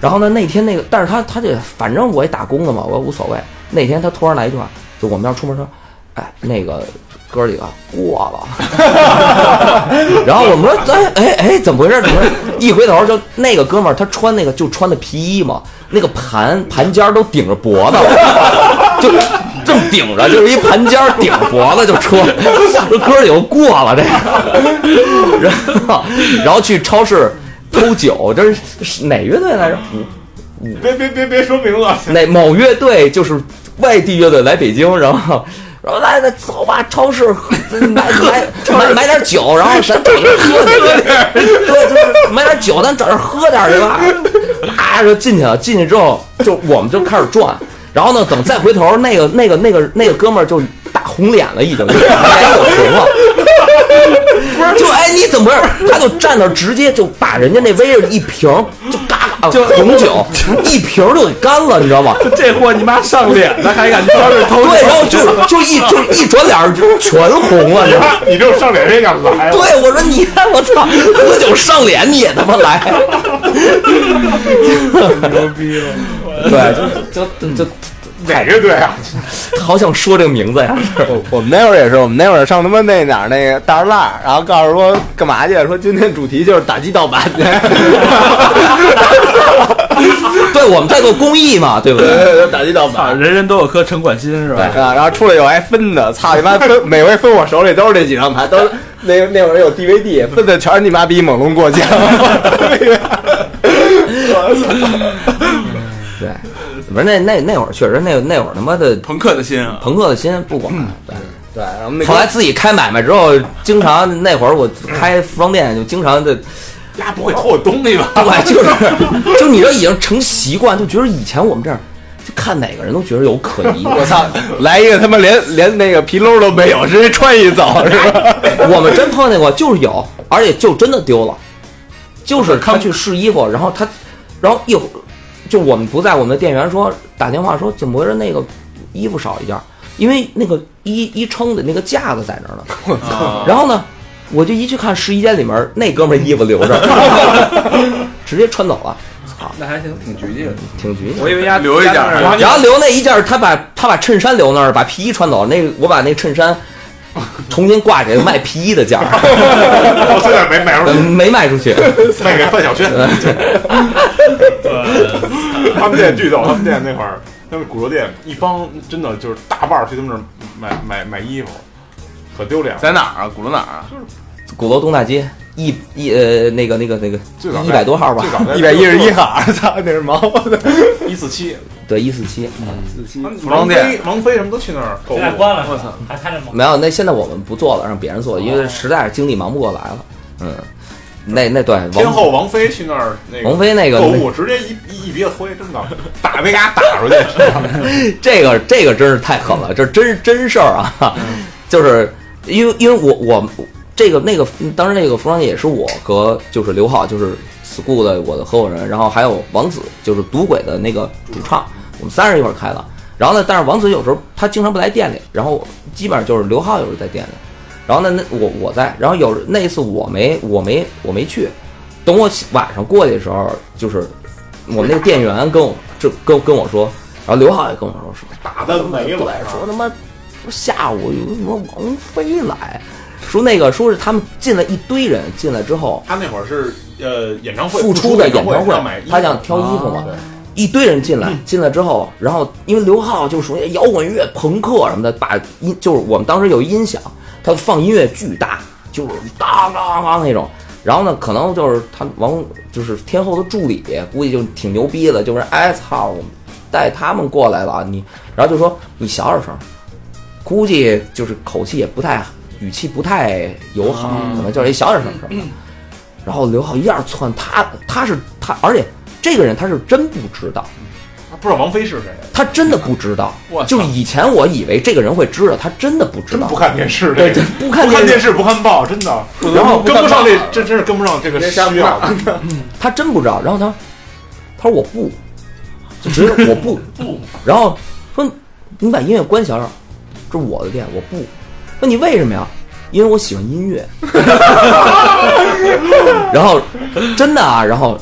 Speaker 4: 然后呢，那天那个，但是他他这反正我也打工了嘛，我也无所谓。那天他突然来一句话，就我们要出门说，哎，那个哥几个过了。然后我们说，哎哎哎，怎么回事？怎么回事？一回头就那个哥们儿，他穿那个就穿的皮衣嘛，那个盘盘尖儿都顶着脖子了， 就这么顶着，就是一盘尖儿顶着脖子就穿。 说哥几个过了这个，然后然后去超市偷酒，这是是哪乐队来着？
Speaker 5: 别别别别说名字，
Speaker 4: 那某乐队就是外地乐队来北京，然后。然后来，那走吧，超市买买买买点酒，然后咱找人喝点，对，就是买点酒，咱找人喝点去吧。啊，就进去了，进去之后就我们就开始转，然后呢，等再回头，那个那个那个那个哥们儿就打红脸了，已经就是脸有红了。不是，就哎，你怎么回事？他就站那儿，直接就把人家那威士忌一瓶儿就嘎嘎红酒一瓶儿就给干了，你知道吗？
Speaker 1: 这货你妈上脸了，还敢挑着偷
Speaker 4: 对，然后就就一就一转脸儿就全红了，你知道吗？
Speaker 5: 你这种上脸也敢来？啊
Speaker 4: 对，我说你，我操，喝酒上脸你也他妈来，
Speaker 1: 牛逼了！
Speaker 4: 对，就就就就
Speaker 5: 哪乐队啊？
Speaker 4: 好想说这个名字呀，
Speaker 7: 我我们那会儿也是，我们那会儿上他妈那哪儿那个大栅栏，然后告诉说干嘛去，说今天主题就是打击盗版 去，
Speaker 4: 对，我们在做公益嘛，对不对？
Speaker 7: 对打击盗
Speaker 1: 啊，
Speaker 7: 版。
Speaker 1: 人人都有颗城管心是吧？
Speaker 7: 啊，然后出来以后还分的，操你妈分，每回分我手里都是这几张牌，都是那那会儿有 DVD，分的全是你妈逼猛龙过江。
Speaker 4: 对，不是那那那会儿确实那那会儿他妈的
Speaker 2: 朋克的心啊，
Speaker 4: 朋克的心不管，对。
Speaker 7: 对，然后那
Speaker 4: 后来自己开买卖之后，经常那会儿我开服装店，就经常的，
Speaker 5: 呀，不会偷我东西吧？
Speaker 4: 对，就是，就你这已经成习惯，就觉得以前我们这儿，就看哪个人都觉得有可疑。
Speaker 7: 我操，来一个他妈连连那个皮褛都没有，直接穿一 走是吧？
Speaker 4: 我们真碰见过，就是有，而且就真的丢了，就是他去试衣服，然后他，然后一会儿就我们不在，我们的店员说打电话说怎么回事，那个衣服少一件儿，因为那个衣衣撑的那个架子在那儿呢。
Speaker 2: 啊
Speaker 4: 然后呢， 我就一去看试衣间里面那哥们儿衣服留着，直接穿走了。操！
Speaker 1: 那还行，挺局气的。
Speaker 4: 挺局
Speaker 7: 我以为家
Speaker 2: 留一件儿
Speaker 7: 然后
Speaker 4: 然后留那一件儿，他把他把衬衫留那儿，把皮衣穿走。那个我把那衬衫重新挂给卖皮衣的价 儿，
Speaker 5: 我现在没买出
Speaker 4: 呃
Speaker 5: 去，
Speaker 4: 没卖出去。
Speaker 5: 卖给范晓萱。
Speaker 3: 呃
Speaker 5: 他们店巨逗，他们店那会儿，他们古着店一帮真的就是大腕儿去他们那儿买买买衣服，可丢脸了。
Speaker 2: 在哪儿啊？鼓楼哪儿啊？
Speaker 4: 鼓楼东大街一一呃那个那个那个
Speaker 5: 最早
Speaker 4: 一百多号吧
Speaker 5: 最，早在
Speaker 7: 一百一十一号，操，那是毛的。
Speaker 5: 一四七，
Speaker 4: 对一四七。
Speaker 2: 服装店
Speaker 5: 王菲，王菲什么都去那儿购
Speaker 3: 现
Speaker 5: 物。
Speaker 3: 在关了，我操，还看着吗？
Speaker 4: 没有，那现在我们不做了，让别人做，因为实在是精力忙不过来了。嗯，那那对
Speaker 5: 天
Speaker 4: 王
Speaker 5: 后王菲去那儿那
Speaker 4: 王
Speaker 5: 个
Speaker 4: 菲那个
Speaker 5: 购物，直接一一一鼻子灰，真的打没给他打出去。
Speaker 4: 这个这个真是太狠了，这真真事儿啊，就是因为因为我我这个那个当时那个服装店也是我和就是刘浩就是 school 的我的合伙人，然后还有王子就是赌鬼的那个主创，我们三人一块儿开的。然后呢，但是王子有时候他经常不来店里，然后基本上就是刘浩有时候在店里，然后呢那我我在，然后有那一次我没我没我没去，等我起晚上过去的时候，就是我们那个店员跟我这跟跟我说，然后刘浩也跟我说说
Speaker 5: 打的没
Speaker 4: 对
Speaker 5: 了，，
Speaker 4: 说他妈说下午有什么王菲来，说那个说是他们进来一堆人，进来之后
Speaker 5: 他那会儿是呃演唱会
Speaker 4: 复出的演唱
Speaker 5: 会
Speaker 4: 会
Speaker 5: 要买，衣服，啊
Speaker 4: 他想挑衣服嘛，一堆人进来，进来之后，然后因为刘浩就属于摇滚乐、朋克什么的，把音就是我们当时有音响，他放音乐巨大，就是当当当那种。然后呢，可能就是他王就是天后的助理，估计就挺牛逼的，就是哎操，我们带他们过来了，啊你然后就说你小点声儿，估计就是口气也不太语气不太友好，可能就是一小点声儿声儿。然后刘浩一下窜，他他是他，而且这个人他是真不知道，
Speaker 5: 他不知道王菲是谁，
Speaker 4: 他真的不知道
Speaker 2: 我。操
Speaker 4: 就以前我以为这个人会知道，他真的不知
Speaker 5: 真
Speaker 4: 道
Speaker 5: 不。看电视，
Speaker 4: 对，
Speaker 5: 这
Speaker 4: 这
Speaker 5: 个
Speaker 4: 不
Speaker 5: 不
Speaker 4: 看
Speaker 5: 看
Speaker 4: 电
Speaker 5: 电
Speaker 4: 视，
Speaker 5: 视不看报，真的，然后跟不上这，这真是跟不上这个需要。
Speaker 4: 他真不知道。然后他他说我不，就直接说我 不不。然后说你把音乐关小点儿，这是我的店，我不。说你为什么呀？因为我喜欢音乐。 然后真的啊，然后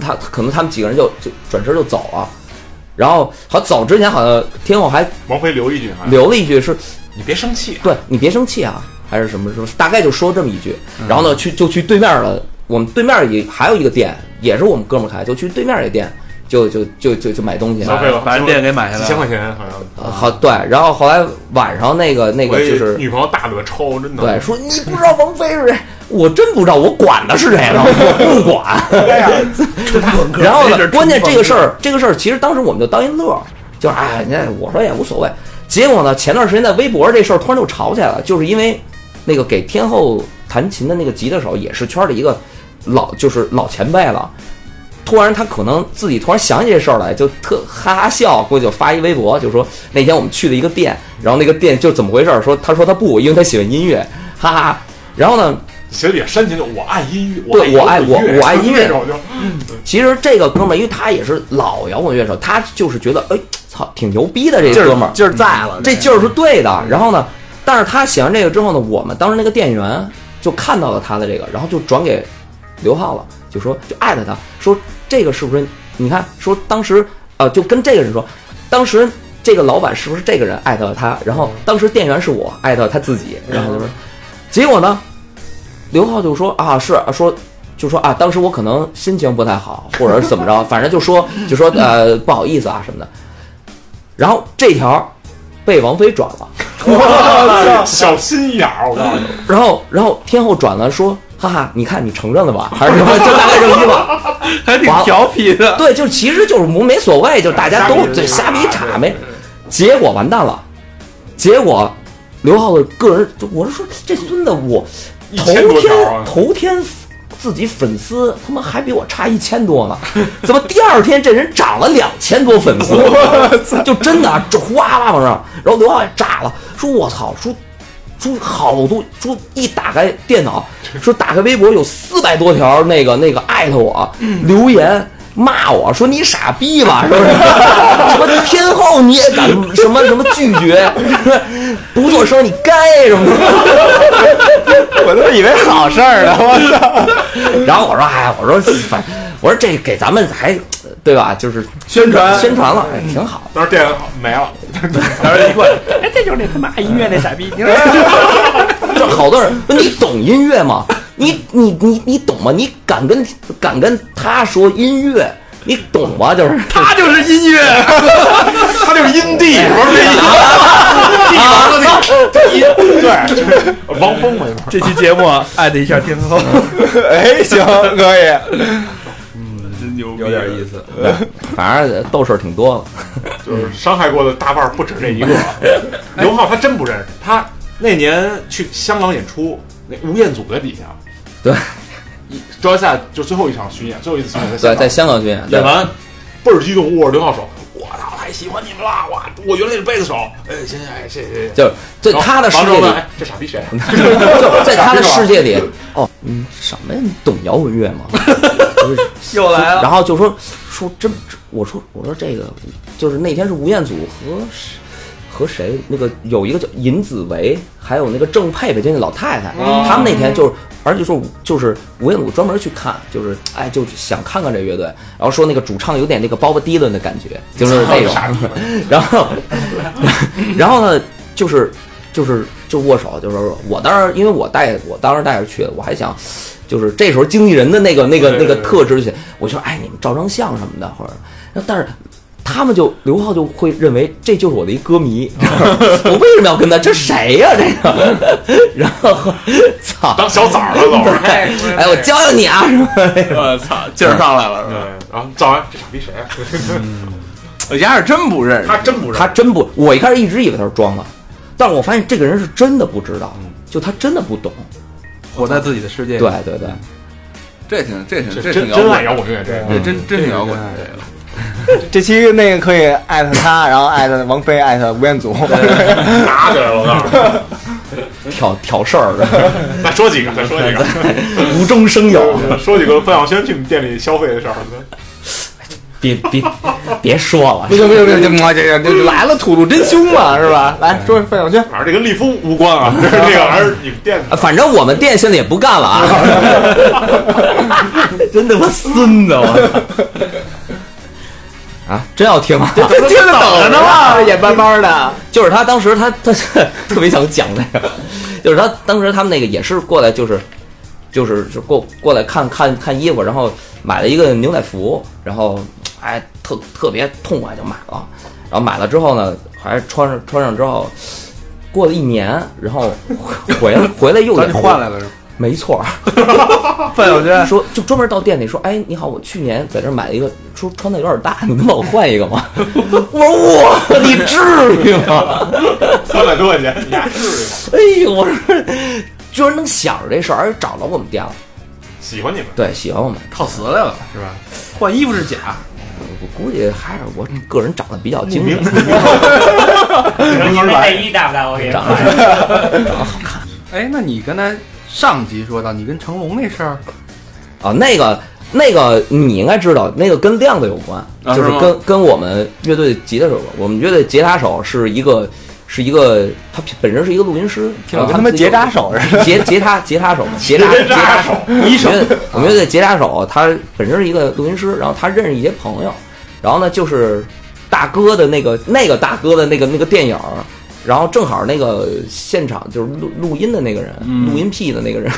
Speaker 4: 他可能他们几个人就就转身就走了。然后好走之前，好像天后还
Speaker 5: 王菲留一句哈，
Speaker 4: 啊留了一句是
Speaker 5: 你别生气，
Speaker 4: 对你别生气啊，还是什么什么，大概就说这么一句。
Speaker 5: 嗯
Speaker 4: 然后呢，去就去对面了，我们对面也还有一个店，也是我们哥们儿开，就去对面这店，就就就就就买东西啊
Speaker 5: 消费了
Speaker 8: 把人店给
Speaker 4: 哎
Speaker 8: 买下
Speaker 5: 几
Speaker 8: 来
Speaker 5: 千
Speaker 8: 了。
Speaker 5: 块钱好像。
Speaker 4: 呃好对，然后后来晚上那个那
Speaker 5: 我
Speaker 4: 个就
Speaker 5: 一
Speaker 4: 是
Speaker 5: 女朋友大嘴抽，真的。
Speaker 4: 对，说你不知道王菲是谁，我真不知道，我管的是谁呢，我 不管。
Speaker 5: 哎
Speaker 4: 然后呢，关键这个事儿，这个事儿其实当时我们就当一乐儿，就是哎，那我说也无所谓。结果呢，前段时间在微博这事儿突然就吵起来了，就是因为那个给天后弹琴的那个吉他手也是圈里一个老就是老前辈了。突然，他可能自己突然想起这事儿来，就特哈哈笑，估计就发一微博，就说那天我们去了一个店，然后那个店就怎么回事儿，说他说他不，因为他喜欢音乐，哈哈。然后呢，
Speaker 5: 其实也煽情，就我爱音乐，
Speaker 4: 对我爱
Speaker 5: 我
Speaker 4: 我我爱音乐
Speaker 5: 这种就
Speaker 4: 其实这个哥们儿，因为他也是老摇滚乐手，他就是觉得，哎，操，挺牛逼的这
Speaker 7: 劲
Speaker 4: 哥们
Speaker 7: 儿
Speaker 4: 儿，
Speaker 7: 劲儿在了，
Speaker 4: 这劲儿是对的。然后呢，但是他写完这个之后呢，我们当时那个店员就看到了他的这个，然后就转给刘浩了，就说就艾特他说这个是不是？你看，说当时呃，就跟这个人说，当时这个老板是不是这个人艾特了他？然后当时店员是我艾特他自己，然后就是，啊 结果呢，刘浩就说啊是啊说。就说啊，当时我可能心情不太好，或者是怎么着， 反正就说就说呃不好意思啊什么的。然后这条被王菲转了，
Speaker 5: 小心眼儿，我告诉你，
Speaker 4: 然后然后天后转了说，哈哈，你看你承认了吧？还是什么？ 就大概这么一吧。
Speaker 8: 还挺
Speaker 1: 哦
Speaker 8: 调皮 的。
Speaker 4: 对，就其实就是没所谓，就大家都
Speaker 5: 瞎比
Speaker 4: 对瞎比岔没。结果完蛋了，结果刘浩的个人，就我是说这孙子我
Speaker 5: 一
Speaker 4: 头
Speaker 5: 千多
Speaker 4: 天
Speaker 5: 条啊，
Speaker 4: 头天自己粉丝他妈还比我差一千多呢，怎么第二天这人涨了两千多粉丝？就真的啊这哗啦往上，然后刘浩也炸了，说我操，说说好多，说一打开电脑，说打开微博有四百多条那个那个艾特我
Speaker 5: 嗯
Speaker 4: 留言。骂我说你傻 逼吧，是不是？什么天后你也敢什么什么拒绝，不做声你该什么的？
Speaker 7: 我都以为好事儿呢。我操，
Speaker 4: 然后我说，哎，我说反，我说这给咱们还对吧？就是
Speaker 5: 宣传
Speaker 4: 宣传了，哎，挺好。
Speaker 5: 当时电没了，
Speaker 8: 当时一过来，哎，这就是那他妈爱音乐那傻 逼，你说
Speaker 4: 就好多人，问你懂音乐吗？你你你你懂吗？你敢跟敢跟他说音乐，你懂吗？就是
Speaker 8: 他就是音乐，
Speaker 5: 他就是阴地，不是对，王峰嘛，
Speaker 8: 这期节目啊艾特一下天后，
Speaker 7: 哎，行，可以，
Speaker 8: 真牛逼，
Speaker 1: 有点意思。
Speaker 4: 反正斗事儿挺多的。
Speaker 5: 就是伤害过的大腕儿不止这一个。
Speaker 4: 嗯
Speaker 5: 刘浩他真不认识，他那年去香港演出，那吴彦祖在底下，
Speaker 4: 对
Speaker 5: 一，周下就最后一场巡演，最后一次巡演在香
Speaker 4: 对，在
Speaker 5: 港，
Speaker 4: 香港巡演，对
Speaker 5: 演完倍儿激动，握着刘浩手，我操，太喜欢你们了，我我原来是贝斯手，哎，行行，哎，谢谢谢谢。
Speaker 4: 就是在
Speaker 5: 然后
Speaker 4: 他的世
Speaker 5: 王
Speaker 4: 界
Speaker 5: 周
Speaker 4: 里嗯
Speaker 5: 问，哎，这傻逼谁？
Speaker 4: 就在他的世界里，哦，嗯，什么呀？你懂摇滚乐吗？不是
Speaker 8: 又来了，
Speaker 4: 然后就说说真，我说我说这个就是那天是吴彦祖和谁和谁那个有一个叫尹子维，还有那个郑佩佩，就那老太太，他们那天就是，而且说就是吴彦祖专门去看，就是哎就想看看这乐队，然后说那个主唱有点那个 Bob Dylan 的感觉，就是那种， 然后然后呢就是就是就握手，就是我当时因为我带我当时带着去的，我还想。就是这时候经纪人的那个那个那个特质就行，我就说哎，你们照张相什么的，或者，然后但是他们就刘浩就会认为这就是我的一歌迷，
Speaker 5: 啊
Speaker 4: 我为什么要跟他？这谁呀、这个， 然后操，
Speaker 5: 当小崽儿了都。
Speaker 4: 哎，我教教你啊，什么
Speaker 2: 我操，劲儿上来了是吧？
Speaker 5: 对，嗯然后照完这傻逼谁啊？
Speaker 2: 我丫是真不认识
Speaker 5: 他，真不认
Speaker 4: 他
Speaker 5: 识，
Speaker 4: 真不，我一开始一直以为他是装的，但是我发现这个人是真的不知道，
Speaker 5: 嗯
Speaker 4: 就他真的不懂，
Speaker 1: 活在自己的世界里，
Speaker 4: 对对对，
Speaker 2: 这挺这挺
Speaker 5: 这
Speaker 2: 挺
Speaker 5: 真
Speaker 2: 摇
Speaker 5: 真
Speaker 2: 滚，
Speaker 5: 爱嗯摇滚乐，这
Speaker 2: 这真真挺摇滚
Speaker 1: 这
Speaker 2: 这个。
Speaker 7: 这期那个可以艾特他，然后艾特王菲，艾特吴彦祖，
Speaker 5: 拿起来了，我告诉你。
Speaker 4: 挑挑事儿 的，
Speaker 5: 再说几个，再说几个。
Speaker 4: 无中生有，
Speaker 5: 说几个范晓萱去你们店里消费的事儿。
Speaker 4: 别别别说了
Speaker 7: 不，行不行不行，这这这来了，吐露真凶嘛，是吧？来说范晓萱，
Speaker 5: 反正这跟立夫无关啊，这是那个还是你们店的。
Speaker 4: 反正我们店现在也不干了啊！ 真他妈孙子我！ 啊，真要听吗？
Speaker 7: 这听着等着呢嘛，眼巴巴的，
Speaker 4: 就是他当时他他 特别想讲这个，就是他当时他们那个也是过来就是就是就过过来看看看衣服，然后买了一个牛仔服，然后哎特特别痛快就买了，然后买了之后呢，还穿上穿上之后。过了一年，然后 回来回来又
Speaker 1: 咱
Speaker 4: 给
Speaker 1: 就换来了是吧？
Speaker 4: 没错儿，
Speaker 8: 范晓萱，
Speaker 4: 说就专门到店里说，哎，你好，我去年在这儿买了一个，说穿的有点大，你能帮我换一个吗？ 我说 哇，你至于吗？
Speaker 5: 三百多块钱，你俩至于吗？
Speaker 4: 哎呦，我说居然能想着这事儿，而且找到我们店了，
Speaker 5: 喜欢你们，
Speaker 4: 对，喜欢我们，
Speaker 1: 套词来了是吧？换衣服是假，
Speaker 4: 我估计还是我个人长得比较精
Speaker 5: 明
Speaker 4: 神，
Speaker 3: 你们内衣大不大？我给你
Speaker 4: 长
Speaker 3: 买。
Speaker 4: 得
Speaker 1: 哎，那你刚才上集说到你跟成龙那事儿，
Speaker 4: 啊，那个那个你应该知道，那个跟亮子有关，
Speaker 2: 啊
Speaker 4: 就是
Speaker 2: 是吗
Speaker 4: 跟跟我们乐队吉他手有关，我们乐队吉他手是一个是一个他本身是一个录音师，然
Speaker 7: 我
Speaker 4: 后
Speaker 7: 啊他妈
Speaker 4: 们自
Speaker 7: 结
Speaker 4: 己有
Speaker 7: 扎手似的。
Speaker 4: 吉吉他吉他手，吉他吉他手，医生。我们乐队吉他手，他本身是一个录音师，然后他认识一些朋友，然后呢就是大哥的那个那个大哥的那个那个电影儿，然后正好那个现场就是录录音的那个人，录音癖的那个人，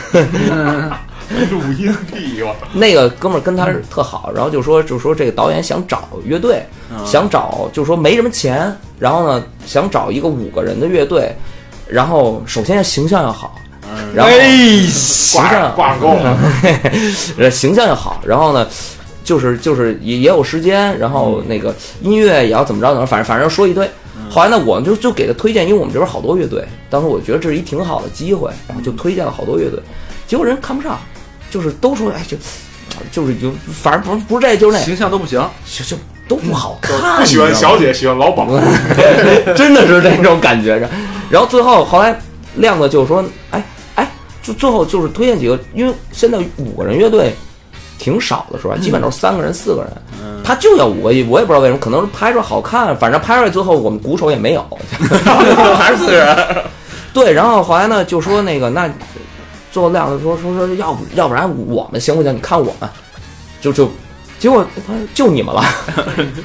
Speaker 5: 录音帝我
Speaker 4: 那个哥们儿跟他是特好，然后就说就说这个导演想找乐队，想找就说没什么钱，然后呢想找一个五个人的乐队，然后首先形象要好，
Speaker 7: 嗯
Speaker 4: 然
Speaker 7: 哎
Speaker 4: 后形
Speaker 5: 挂
Speaker 4: 象
Speaker 5: 上挂上钩了，
Speaker 4: 呃，形象要好，然后呢，就是就是也也有时间，然后
Speaker 5: 嗯
Speaker 4: 那个音乐也要怎么着怎么着，反正反正说一堆。后来呢，我们就就给他推荐，因为我们这边好多乐队，当时我觉得这是一挺好的机会，
Speaker 5: 嗯
Speaker 4: 然后就推荐了好多乐队，结果人看不上，就是都说哎这，就是就反正不是不是这就是那
Speaker 1: 形象都不行。啊
Speaker 4: 就就都不好看，
Speaker 5: 嗯不喜欢
Speaker 4: 你知道吗
Speaker 5: 小姐，喜欢老鸨。
Speaker 4: 真的是这种感觉。然后最后后来亮子就说：“哎哎，就最后就是推荐几个，因为现在五个人乐队挺少的，是吧？基本都是三个人、四个人，他就要五个，我也不知道为什么，可能是拍出来好看，反正拍出来最后我们鼓手也没有，还是四个人。
Speaker 1: 啊
Speaker 4: 对，然后后来呢就说那个那。”最后亮子说说说，要不要不然我们行不行？你看我们，就就结果他说就你们了，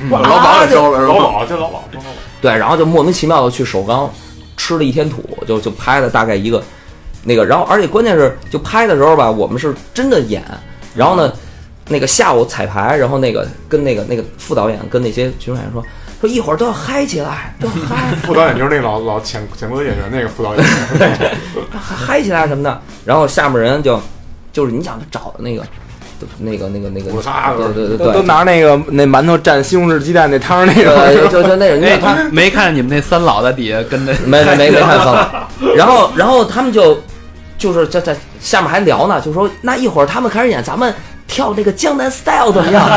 Speaker 5: 老
Speaker 4: 老鸨
Speaker 5: 鸨
Speaker 4: 也收了是吧
Speaker 5: 老鸨就老鸨， 老鸨
Speaker 4: 对，然后就莫名其妙的去首钢吃了一天土，就就拍了大概一个那个，然后而且关键是就拍的时候吧，我们是真的演，然后呢，那个下午彩排，然后那个跟那个那个副导演跟那些群众演员说说一会儿都要嗨起来，都要嗨。
Speaker 5: 副导演就是那老老潜潜规则演员那个副导演，
Speaker 4: 嗨起来什么的，然后下面人就就是你想找的那个，那个那个那个，
Speaker 5: 五杀
Speaker 4: 对对对
Speaker 7: 都都
Speaker 4: 对，
Speaker 7: 拿那个那馒头蘸西红柿鸡蛋那汤儿那个，
Speaker 4: 对就就那个，因为他
Speaker 1: 哎，没看你们那三老在底下跟着，
Speaker 4: 没没没没看分了。然后然后他们就就是在在下面还聊呢，就说那一会儿他们开始演，咱们跳那个江南 style 怎么样？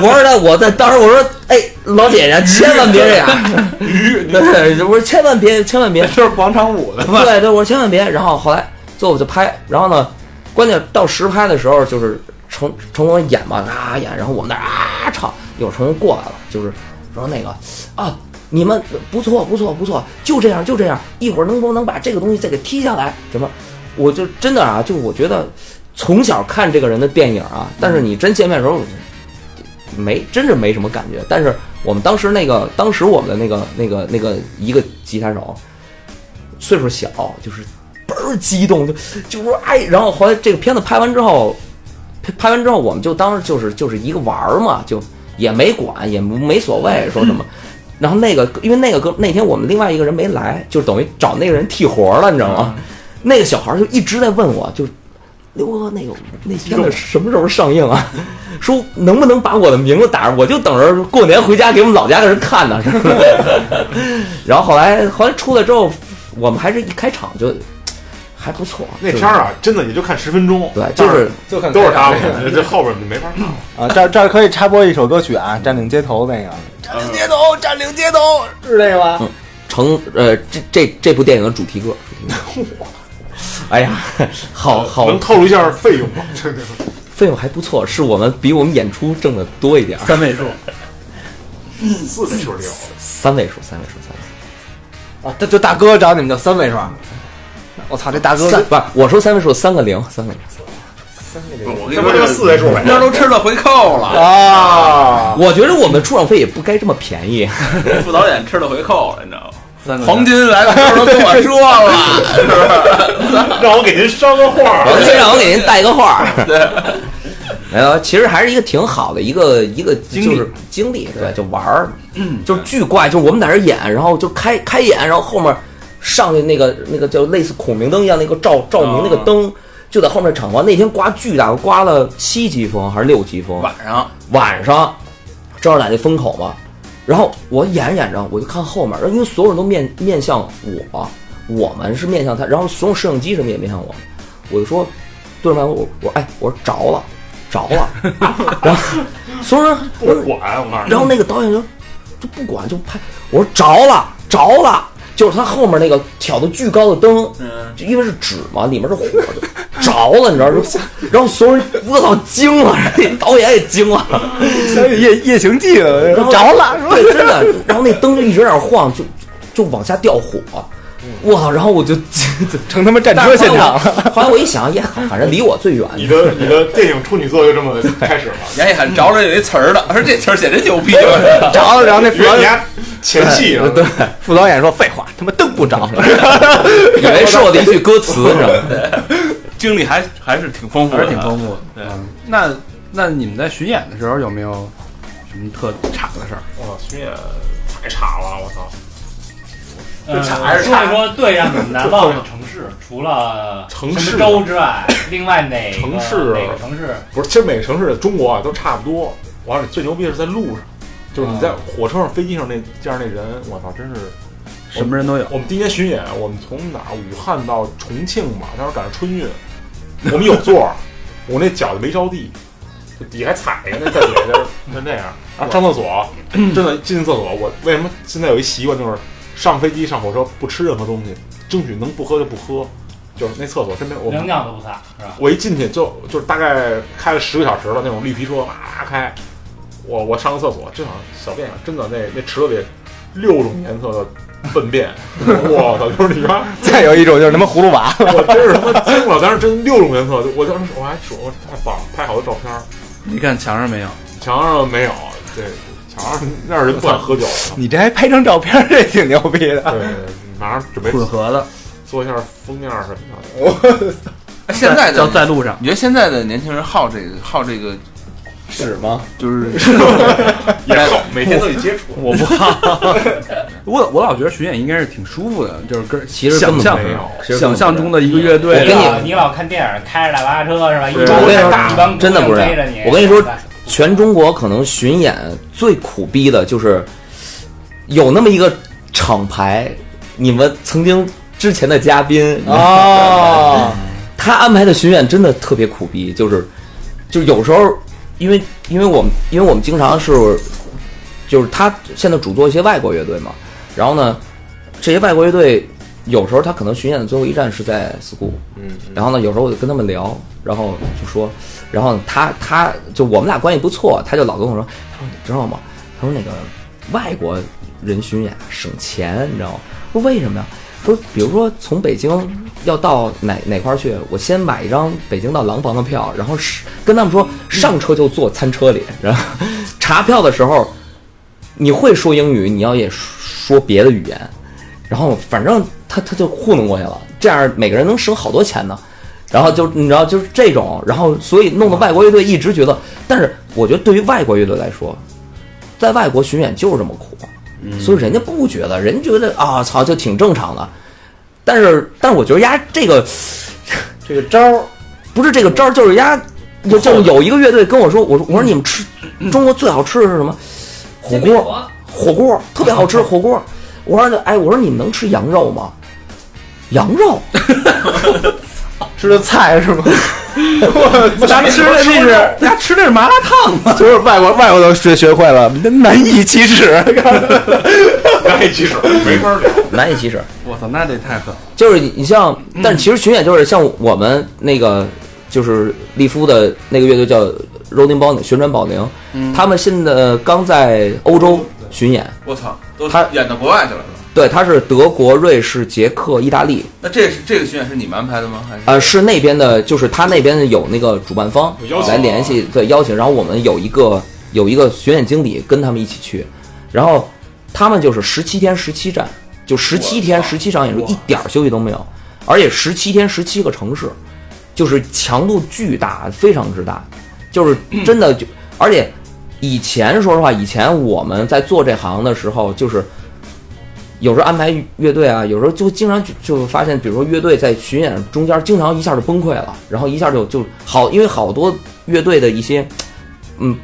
Speaker 4: 我说的我在当时我说，哎，老姐姐千万别这样， 对，我说千万别千万别
Speaker 7: 就是广场舞的。
Speaker 4: 对对，我说千万别。然后后来最后我就拍，然后呢，关键到实拍的时候就是成成龙演嘛啊演，然后我们那儿啊唱，有成龙过来了，就是说那个啊。你们不错，不错，不错，就这样，就这样。一会儿能不能把这个东西再给踢下来？什么？我就真的啊，就我觉得从小看这个人的电影啊，但是你真见面的时候，没真是没什么感觉。但是我们当时那个，当时我们的那个那个那个一个吉他手，岁数小，就是倍儿激动，就就说哎，然后后来这个片子拍完之后，拍拍完之后，我们就当时就是就是一个玩儿嘛，就也没管，也没所谓说什么。然后那个，因为那个哥那天我们另外一个人没来，就等于找那个人替活儿了，你知道吗？那个小孩儿就一直在问我，就刘哥那个哎那片子什么时候上映啊？说能不能把我的名字打上，我就等着过年回家给我们老家的人看呢。是吧然后后来后来出来之后，我们还是一开场就还不错。
Speaker 5: 那
Speaker 4: 就是
Speaker 5: 片儿啊，真的也就看十分钟，
Speaker 4: 对，
Speaker 5: 嗯
Speaker 4: 就是
Speaker 7: 就看
Speaker 5: 都是他们，这后边没法看。
Speaker 7: 啊，这儿这儿可以插播一首歌曲啊，《占领街头》那个，占领街头，占领街头，是这个吗？
Speaker 4: 成呃这这这部电影的主 题歌。主题歌哎呀，好好
Speaker 5: 能透露一下费用吗？这个
Speaker 4: 费用还不错，是我们比我们演出挣的多一点儿，
Speaker 1: 三位数，
Speaker 5: 四位数六，
Speaker 4: 三位数，三位数，三位数。
Speaker 7: 啊，这就大哥找你们叫三位数啊，我操，这大哥
Speaker 4: 三不是，我说三位数，三个零，三个零。
Speaker 2: 我跟你
Speaker 5: 那
Speaker 2: 说
Speaker 5: 不就四位数呗？
Speaker 2: 这都吃了回扣了，
Speaker 7: 啊，
Speaker 4: 我觉得我们出场费也不该这么便宜。
Speaker 2: 副导演吃了回扣了，你知道吗？
Speaker 1: 三个
Speaker 2: 黄金来的时候都跟我说了，是不是？
Speaker 5: 让我给您捎个话
Speaker 4: 王先让我给您带个话。对，没有，其实还是一个挺好的一个一个就是经历，对，就玩儿，就是巨怪，就是我们在这儿演，然后就开开演，然后后面上去那个那个就类似孔明灯一样那个照照明那个灯。就在后面场完，那天刮巨大，刮了七级风还是六级风？
Speaker 2: 晚上
Speaker 4: 晚上正好在那风口嘛，然后我演着演着，我就看后面，然后因为所有人都面面向我，我们是面向他，然后所有摄像机什么也面向我，我就说对着麦克风我我哎我说着了着了，然后所有人
Speaker 5: 不管我告诉你，
Speaker 4: 然后那个导演就就不管就拍，我说着了着了，就是他后面那个挑的巨高的灯，就因为是纸嘛，里面是火的，着了你知道吗？然后所有人我操惊了， 导演也惊了，
Speaker 7: 想起《夜夜行记》了，
Speaker 4: 然后
Speaker 7: 着了是吧？
Speaker 4: 对，真的，然后那灯就一直在那儿晃，就就往下掉火。我操！然后我就，
Speaker 7: 成他妈战
Speaker 4: 但
Speaker 7: 车嗯
Speaker 4: 是
Speaker 7: 现
Speaker 4: 后来我
Speaker 7: 场了。
Speaker 4: 后来我一想，也好，反正离我最远。
Speaker 5: 你的你的电影处女作就这么开始了。
Speaker 2: 杨一喊着了有一词儿的，我说这词儿写真牛逼，啊
Speaker 1: 嗯
Speaker 2: 我
Speaker 7: 着了，然后那
Speaker 5: 以
Speaker 7: 副导
Speaker 5: 为你
Speaker 7: 演，
Speaker 5: 还前戏啊，
Speaker 7: 对，副导演说废话，他妈灯不着。
Speaker 4: 以为是我的一 句歌词，你知道吗？
Speaker 2: 说经历还还是挺丰富
Speaker 1: 还
Speaker 2: 的，
Speaker 1: 是挺丰富的。
Speaker 2: 对
Speaker 1: 嗯那那你们在巡演的时候有没有什么特差的事儿？
Speaker 5: 我操，巡演太差了，啊我操，
Speaker 3: 呃
Speaker 5: 还是
Speaker 3: 说一说最让你们难忘的城市，除了
Speaker 5: 城市
Speaker 3: 什么州之外，另外哪个
Speaker 5: 城市啊
Speaker 3: 哪个城市？
Speaker 5: 不是，其实每个城市中国啊都差不多。我告诉你，最牛逼的是在路上，就是你在
Speaker 4: 啊
Speaker 5: 火车上、飞机上那见着那人，我操，真是。
Speaker 1: 什么人都有。
Speaker 5: 我们第一天巡演，我们从哪儿？武汉到重庆吧，当时赶上春运，我们有座儿，我那脚就没着地，就底下还踩着那在底下 就那样。然后上厕所，真的进厕所，我为什么现在有一习惯就是上飞机、上火车不吃任何东西，争取能不喝就不喝，就是那厕所真没我
Speaker 3: 能尿都不撒是吧？
Speaker 5: 我一进去就就是大概开了十个小时的那种绿皮车，哇开，我我上个厕所，真想小便，真的那那池子里六种颜色的粪便， 我操！就是你看，
Speaker 7: 再有一种就是他妈葫芦娃，
Speaker 5: 我真是他妈惊了，当时真六种颜色，就我当时我还说我太棒了，拍好多照片儿，
Speaker 1: 你看墙上没有？
Speaker 5: 墙上没有，对，墙上那儿人不敢喝酒了。
Speaker 7: 你这还拍张照片，这挺牛逼的。
Speaker 5: 对，马上准备
Speaker 1: 混合的，
Speaker 5: 做一下封面什么的。
Speaker 2: 现在
Speaker 1: 叫在
Speaker 2: 的，
Speaker 1: 路上，
Speaker 2: 你觉得现在的年轻人好这个好这个，
Speaker 7: 屎吗？
Speaker 2: 就是
Speaker 5: 每天都得接 触，
Speaker 1: 我不怕。我我老觉得巡演应该是挺舒服的，就是跟
Speaker 4: 其实根
Speaker 1: 想
Speaker 4: 本
Speaker 1: 象
Speaker 4: 不
Speaker 5: 没有
Speaker 4: 其实根本
Speaker 1: 想
Speaker 4: 不
Speaker 1: 象中的一个乐
Speaker 4: 我
Speaker 1: 队，啊
Speaker 4: 跟
Speaker 3: 你
Speaker 4: 你
Speaker 3: 老你老看电影，开着大巴车是吧？一
Speaker 5: 对
Speaker 3: 帮
Speaker 5: 我跟你
Speaker 4: 说
Speaker 3: 大一帮姑娘
Speaker 4: 真的不是这样
Speaker 3: 追着你
Speaker 4: 我跟你说
Speaker 3: 是吧
Speaker 4: 全中国可能巡演最苦逼的就是有那么一个厂牌，你们曾经之前的嘉宾，
Speaker 7: 哦，
Speaker 4: 他安排的巡演真的特别苦逼，就是就是有时候因为因为我们因为我们经常是就是他现在主做一些外国乐队嘛，然后呢这些外国乐队有时候他可能巡演的最后一站是在 school。
Speaker 5: 嗯，
Speaker 4: 然后呢，有时候我就跟他们聊，然后就说，然后他他就我们俩关系不错，他就老跟我说，他说你知道吗？他说那个外国人巡演省钱，你知道吗？我说为什么呀？说比如说从北京要到哪哪块儿去，我先买一张北京到廊坊的票，然后是跟他们说上车就坐餐车里，然后 查票的时候你会说英语，你要也说别的语言，然后反正他他就糊弄过去了，这样每个人能省好多钱呢。然后就你知道就是这种，然后所以弄得外国乐队一直觉得，但是我觉得对于外国乐队来说，在外国巡演就是这么苦，所以人家不觉得，人家觉得啊操就挺正常的。但是但是我觉得丫这个
Speaker 7: 这个招儿
Speaker 4: 不是这个招儿，就是丫就就是有一个乐队跟我说，我说我说你们吃中国最好吃的是什么？火锅，火锅特别好吃，火锅。我说哎，我说你们能吃羊肉吗？羊肉，
Speaker 7: 吃的菜是 吗？我
Speaker 1: 咱吃的那是，咱吃的是麻辣烫嘛，
Speaker 7: 就是外国外国都学学会了，难以启齿。
Speaker 5: 那一起手没法聊。
Speaker 4: 难以启齿。
Speaker 1: 我操，那得太狠了。
Speaker 4: 就是你你像，但是其实巡演就是像我们那个，就是利夫的那个乐队叫 Rolling 保宁，旋转保宁，他们现在刚在欧洲巡演，
Speaker 2: 我操，都
Speaker 4: 他
Speaker 2: 演到国外去了。是吧
Speaker 4: 对，他是德国、瑞士、捷克、意大利，
Speaker 2: 那这是这个巡演是你们安排的吗？还是
Speaker 1: 啊
Speaker 4: 呃，是那边的，就是他那边有那个主办方
Speaker 5: 有邀请啊
Speaker 4: 来联系，对邀请，然后我们有一个有一个巡演经理跟他们一起去，然后他们就是十七天十七站，就十七天十七场演出，一点儿休息都没有，而且十七天十七个城市，就是强度巨大，非常之大，就是真的就，而且以前说实话，以前我们在做这行的时候，就是有时候安排乐队啊，有时候就经常就就发现，比如说乐队在巡演中间，经常一下就崩溃了，然后一下就就好，因为好多乐队的一些，嗯，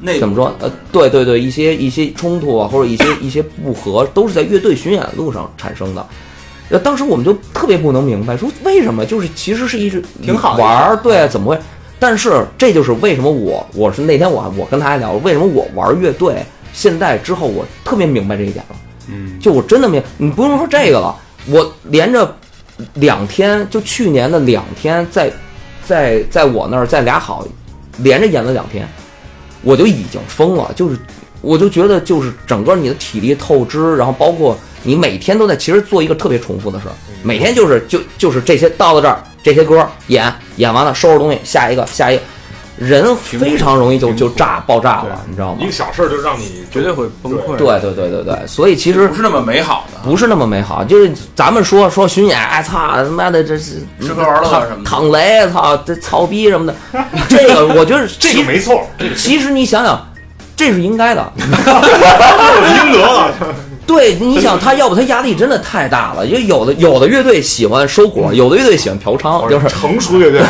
Speaker 2: 那
Speaker 4: 怎么说？呃，对对对，一些一些冲突啊，或者一些一些不和，都是在乐队巡演路上产生的。呃，当时我们就特别不能明白，说为什么就是其实是一直
Speaker 7: 挺好的
Speaker 4: 玩儿，对啊，怎么会？但是这就是为什么我我是那天我还我跟他还聊，为什么我玩乐队，现在之后我特别明白这一点了。嗯，就我真的明，你不用说这个了，我连着两天，就去年的两天在，在在我那儿在俩好连着演了两天，我就已经疯了，就是我就觉得就是整个你的体力透支，然后包括你每天都在其实做一个特别重复的事儿，每天就是
Speaker 5: 嗯
Speaker 4: 就就是这些到了这儿这些歌演演完了收拾东西下一个下一个，人非常容易就就炸爆炸了，你知道吗
Speaker 5: 一个？小事儿就让你
Speaker 1: 绝对会崩溃。
Speaker 4: 对对对对对，所以其实
Speaker 2: 不是那么美好的？
Speaker 4: 不是那么美好，就是咱们说说巡演，哎操他妈的这是
Speaker 2: 吃喝玩乐
Speaker 4: 躺
Speaker 2: 什么的
Speaker 4: 躺雷，操这操逼什 么的，这个我觉得
Speaker 5: 这
Speaker 4: 其
Speaker 5: 个 没错，这个
Speaker 4: 其实你想想，这是应该的。
Speaker 5: 应得了。
Speaker 4: 对，你想他要不他压力真的太大了，因为有的有的乐队喜欢收
Speaker 2: 嗯
Speaker 4: 果，有的乐队喜欢嫖
Speaker 1: 哦
Speaker 4: 娼，就是
Speaker 5: 成熟乐队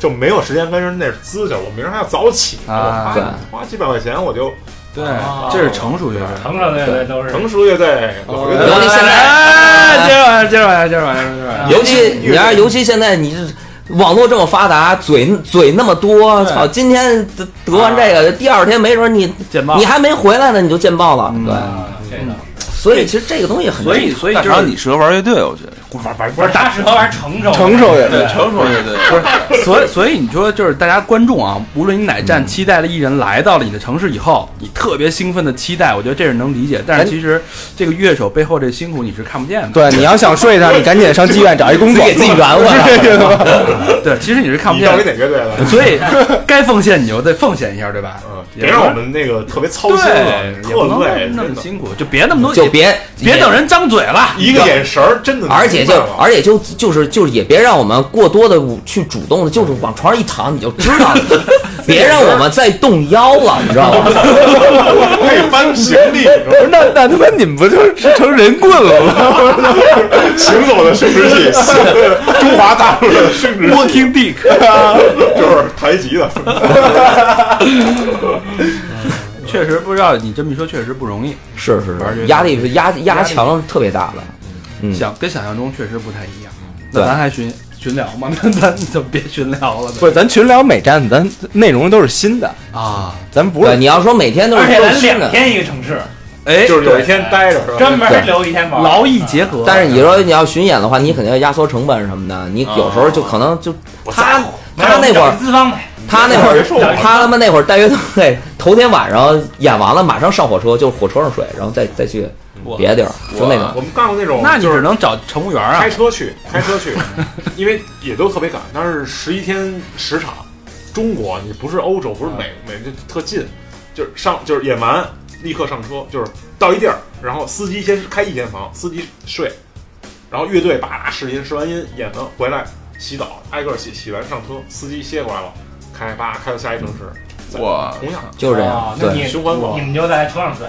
Speaker 5: 就没有时间跟人那滋去，我明儿还要早起呢，
Speaker 1: 啊
Speaker 5: 我花花几百块钱我就
Speaker 1: 对，
Speaker 3: 哦
Speaker 1: 这是成熟乐队。
Speaker 3: 成成对对哦都是
Speaker 5: 成熟乐队，老乐
Speaker 4: 尤
Speaker 5: 队
Speaker 4: 其现
Speaker 1: 哎，接
Speaker 4: 在，
Speaker 1: 着玩，接着玩，接着玩，接着玩。
Speaker 4: 尤其你看，尤其现在你这网络这么发达，嘴嘴那么多，操！今天得
Speaker 2: 啊
Speaker 4: 得完这个，第二天没准你
Speaker 1: 见报
Speaker 2: 嗯
Speaker 4: 你还没回来呢，你就见报了。对，
Speaker 3: 这个
Speaker 4: 所以其实这个东西很
Speaker 1: 嗯所以所以
Speaker 2: 大
Speaker 1: 就
Speaker 2: 肠
Speaker 1: 是
Speaker 2: 你适合玩乐队，我觉得
Speaker 3: 不是打折玩成熟，
Speaker 7: 成熟也
Speaker 2: 对成熟乐队不是
Speaker 1: 所以，所以你说就是大家观众啊，无论你哪
Speaker 5: 嗯
Speaker 1: 站期待的艺人来到了你的城市以后，你特别兴奋的期待，我觉得这是能理解。
Speaker 5: 哎
Speaker 1: 但是其实这个乐手背后这辛苦你是看不见的，
Speaker 7: 对，你要想睡他，你赶紧上妓院找一工作，
Speaker 4: 自己给自己圆 过来
Speaker 7: 来。
Speaker 1: 对其实你是看不
Speaker 5: 你
Speaker 1: 见
Speaker 5: 到底
Speaker 1: 的。
Speaker 5: 哪乐队了？
Speaker 1: 所以该奉献你就得奉献一下，对吧？
Speaker 5: 嗯，别让我们那个特别操心了，
Speaker 1: 对，也不
Speaker 5: 特
Speaker 1: 能
Speaker 5: 累，
Speaker 1: 那么
Speaker 5: 真的
Speaker 1: 辛苦，就别那么多，
Speaker 4: 就别
Speaker 1: 别
Speaker 4: 也
Speaker 1: 等人张嘴了。
Speaker 5: 一个眼神儿真的，
Speaker 4: 而且就而且就就是就是也别让我们过多的去主动的，就是往床上一躺你就知道了， 别让我们再动腰了，你知道吗？
Speaker 5: 可以搬行李，
Speaker 7: 不是那那他妈你们不就是成人棍了吗？
Speaker 5: 行走的生 殖器，中华大陆的生殖器
Speaker 1: Walking Dick，
Speaker 5: 就是台籍 的，
Speaker 1: 确实不知道你这么一说，确实不容易，
Speaker 4: 是是是，压力是压压强特别大的。嗯
Speaker 1: 想跟想象中确实不太一样。那
Speaker 4: 对
Speaker 1: 咱还寻寻聊吗？ 那咱就别寻聊了呗。
Speaker 7: 不是，咱群聊每站咱内容都是新的，
Speaker 1: 啊，
Speaker 7: 咱不
Speaker 4: 对，
Speaker 7: 是
Speaker 4: 你要说每天都
Speaker 3: 而
Speaker 4: 是
Speaker 3: 且
Speaker 4: 都
Speaker 3: 咱
Speaker 4: 是
Speaker 3: 两
Speaker 4: 的，
Speaker 3: 天一个城市，
Speaker 1: 哎，
Speaker 5: 就是啊有一天待着是吧？
Speaker 3: 专门留一天玩，
Speaker 1: 劳逸结合。
Speaker 4: 但是你说你要巡演的话，你肯定要压缩成本什么的，你有时候就可能就他他那会儿
Speaker 3: 资方呗，
Speaker 4: 他那会
Speaker 3: 哦
Speaker 4: 儿
Speaker 3: 我也是
Speaker 4: 他他妈那会儿带乐队，头天晚上演完了，马上上火车，就火车上睡，然后再再去别的地儿，就那种。
Speaker 5: 我们干过那种，
Speaker 1: 那你
Speaker 5: 哦就是
Speaker 1: 只能找乘务员啊
Speaker 5: 开。车去，开车去，因为也都特别赶，但是十一天十场，中国你不是欧洲，不是美美就特近，就是上就是演完立刻上车，就是到一地儿，然后司机先开一间房，司机睡，然后乐队叭啦试音，试完音演完回来洗澡，挨个洗，洗完上车，司机歇过来了，开叭开到下一城市，再
Speaker 2: 哇
Speaker 5: 同样
Speaker 4: 就是这
Speaker 3: 哦
Speaker 4: 样，
Speaker 3: 那
Speaker 4: 对
Speaker 3: 你
Speaker 5: 循环网
Speaker 3: 你们就在车上睡，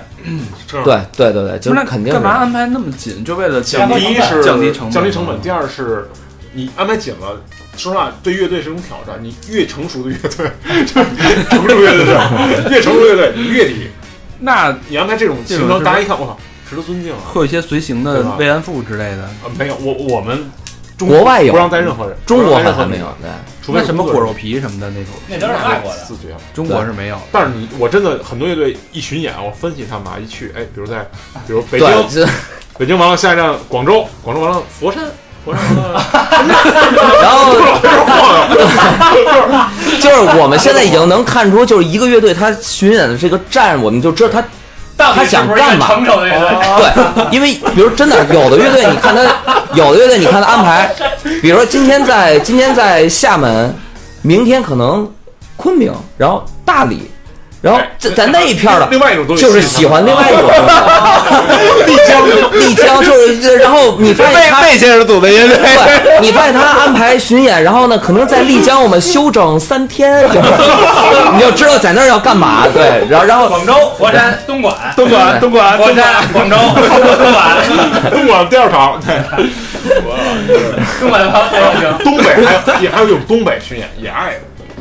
Speaker 5: 车上。
Speaker 4: 对对对对，就
Speaker 1: 不是
Speaker 4: 是
Speaker 1: 那
Speaker 4: 肯定
Speaker 1: 干
Speaker 4: 是
Speaker 1: 嘛安排那么紧？就为了
Speaker 5: 降
Speaker 3: 低
Speaker 5: 第一是
Speaker 1: 降低成本
Speaker 5: 降低成本。第二是你安排紧了，说实话，对乐队是一种挑战。你越成熟的乐队， 就成熟乐队，越成熟乐队，你越底，
Speaker 1: 那
Speaker 5: 你安排这种
Speaker 1: 这
Speaker 5: 情
Speaker 1: 种
Speaker 5: 况，
Speaker 1: 是
Speaker 5: 大家一看，我操，值得尊敬啊！
Speaker 1: 会有一些随行
Speaker 5: 对
Speaker 1: 的
Speaker 5: 吧
Speaker 1: 慰安妇之类的，
Speaker 5: 啊没有，我我们中
Speaker 4: 国外有
Speaker 5: 不让带任何人，
Speaker 4: 中国
Speaker 5: 不
Speaker 4: 好
Speaker 5: 让带任何
Speaker 4: 像
Speaker 5: 人
Speaker 4: 没有，，对，
Speaker 5: 除非
Speaker 1: 那
Speaker 5: 是
Speaker 1: 什么
Speaker 5: 工
Speaker 1: 果
Speaker 5: 作
Speaker 1: 肉
Speaker 5: 人
Speaker 1: 皮什么的那种，
Speaker 3: 那都是
Speaker 5: 员
Speaker 3: 外国的。
Speaker 5: 自觉。
Speaker 1: 中国是没有。
Speaker 5: 啊但是你，我真的很多乐队一巡演，我分析他们啊，一去，哎，比如在，比如北京，
Speaker 4: 对，这
Speaker 5: 北京完了，下一站广州，广州完了佛山，佛山完了，
Speaker 4: 然后
Speaker 5: 开始晃悠，
Speaker 4: 就是我们现在已经能看出，就是一个乐队他巡演的这个站，我们就知道他
Speaker 3: 到底
Speaker 4: 他想
Speaker 3: 是不是一个
Speaker 4: 干嘛
Speaker 3: 成熟的乐队？
Speaker 4: 对，因为比如真的有的乐队，你看他有的乐队，你看他安排，比如说今天在今天在厦门，明天可能昆明，然后大理，然后在在那一片儿的
Speaker 5: 另，外一种东西，
Speaker 4: 就是喜欢另外一种
Speaker 5: 丽江，
Speaker 4: 丽江，就是然后你发现他。
Speaker 7: 那些人组的乐队，
Speaker 4: 对，你发现他安排巡演，然后呢，可能在丽江我们休整三天，就是你就知道在那儿要干嘛。对，然后然后
Speaker 3: 广州、佛山、东莞、
Speaker 5: 东
Speaker 4: 嗯
Speaker 5: 莞，东莞，
Speaker 3: 佛
Speaker 5: 东莞。
Speaker 3: 山、广州、东莞、
Speaker 5: 东莞第二场，对，
Speaker 3: 东莞的朋友才有行。
Speaker 5: 东北还有也还有一种东北巡演，也爱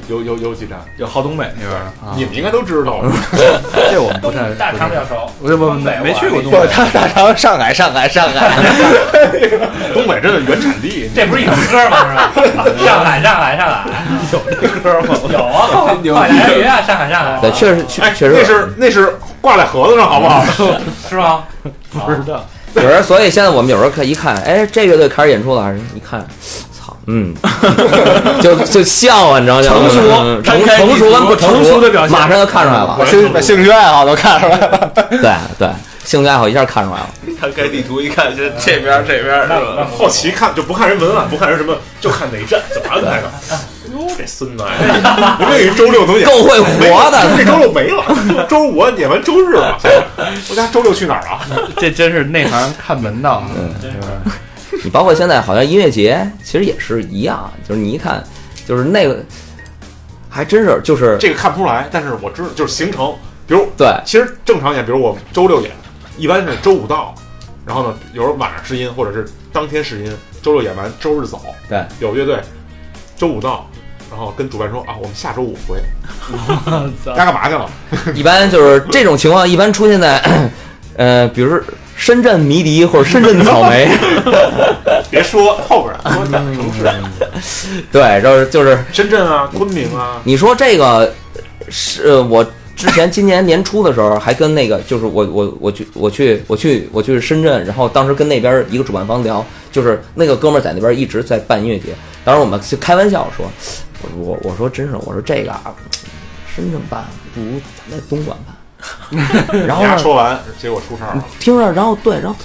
Speaker 5: 有有有几站，
Speaker 1: 有好东北那边的啊
Speaker 5: 你，们应该都知 道。
Speaker 1: 这我们不
Speaker 3: 东
Speaker 1: 太
Speaker 3: 大肠比
Speaker 1: 不
Speaker 3: 较熟，
Speaker 1: 是不
Speaker 3: 东北
Speaker 1: 没没去过东
Speaker 7: 我
Speaker 1: 北，
Speaker 7: 他大肠上海上海上海，
Speaker 5: 东北真的原产地，
Speaker 3: 这不是一首歌吗？是吧？上海，上海，上海，有这歌吗？有啊，快来鱼啊！上海，上海，
Speaker 4: 对，确实 确
Speaker 5: 哎，
Speaker 4: 确
Speaker 5: 那
Speaker 4: 实
Speaker 5: 是那是挂在盒子上，好不好？
Speaker 3: 是吗？
Speaker 1: 不知道。
Speaker 4: 有时候，所以现在我们有时候看一看，哎，这乐队开始演出了，一看，操，嗯， 就就像啊，你知道吗？成熟、成成熟跟不成熟的表现，马上就看出来了。
Speaker 7: 啊兴把兴趣爱好都看出来了。
Speaker 4: 对对，兴趣爱好一下看出来了。
Speaker 2: 他开地图一看，这这边儿这边儿是吧？
Speaker 5: 好奇看就不看人文案，不看人什么，就看哪站怎么安排的。哟，这孙子，哎明明有一周六能演，
Speaker 4: 够会活的
Speaker 5: 这周六没了，周五我演完周日了，我家周六去哪儿啊？
Speaker 1: 这真是内行看门道啊。
Speaker 4: 你包括现在好像音乐节，其实也是一样，就是你一看，就是那个，还真是就是
Speaker 5: 这个看不出来，但是我知道就是行程，比如
Speaker 4: 对
Speaker 5: 其实正常演，比如我周六演，一般是周五到，然后呢，有时候晚上试音，或者是当天试音，周六演完，周日走。
Speaker 4: 对，
Speaker 5: 有乐队周五到，然后跟主办说啊，我们下周五回。大家干嘛去了？
Speaker 4: 一般就是这种情况，一般出现在，呃，比如说深圳迷笛或者深圳草莓。
Speaker 5: 别说后边儿，说两个城市，
Speaker 4: 对，就是就是
Speaker 5: 深圳啊，昆明啊，
Speaker 4: 你说这个是呃我之前今年年初的时候，还跟那个就是我我我去我去我去我去深圳，然后当时跟那边一个主办方聊，就是那个哥们儿在那边一直在办音乐节，当时我们就开玩笑说，我我我说真是我说这个啊，深圳办不如咱在东莞办，然后
Speaker 5: 人家
Speaker 4: 呢
Speaker 5: 说完，结果出事儿了。
Speaker 4: 听着，然后对，然后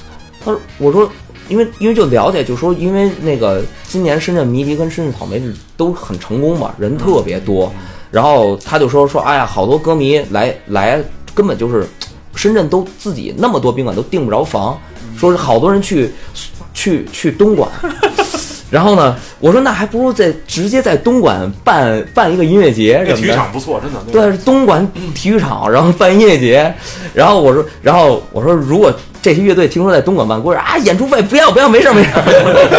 Speaker 4: 他说我说，因为因为就了解，就说因为那个今年深圳迷笛跟深圳草莓都很成功嘛，人特别多，
Speaker 5: 嗯
Speaker 4: 然后他就说说哎呀，好多歌迷来来根本就是深圳都自己那么多宾馆都订不着房，
Speaker 5: 嗯
Speaker 4: 说是好多人去去去东莞。 然后呢，我说那还不如在直接在东莞办办一个音乐节
Speaker 5: 那
Speaker 4: 什么的。
Speaker 5: 哎体育场不错，真的。那个
Speaker 4: 对，是东莞体育场，然后办音乐节，然后我说，然后我说，如果这些乐队听说在东莞办，过，啊，演出费不要不要，没事儿没事儿。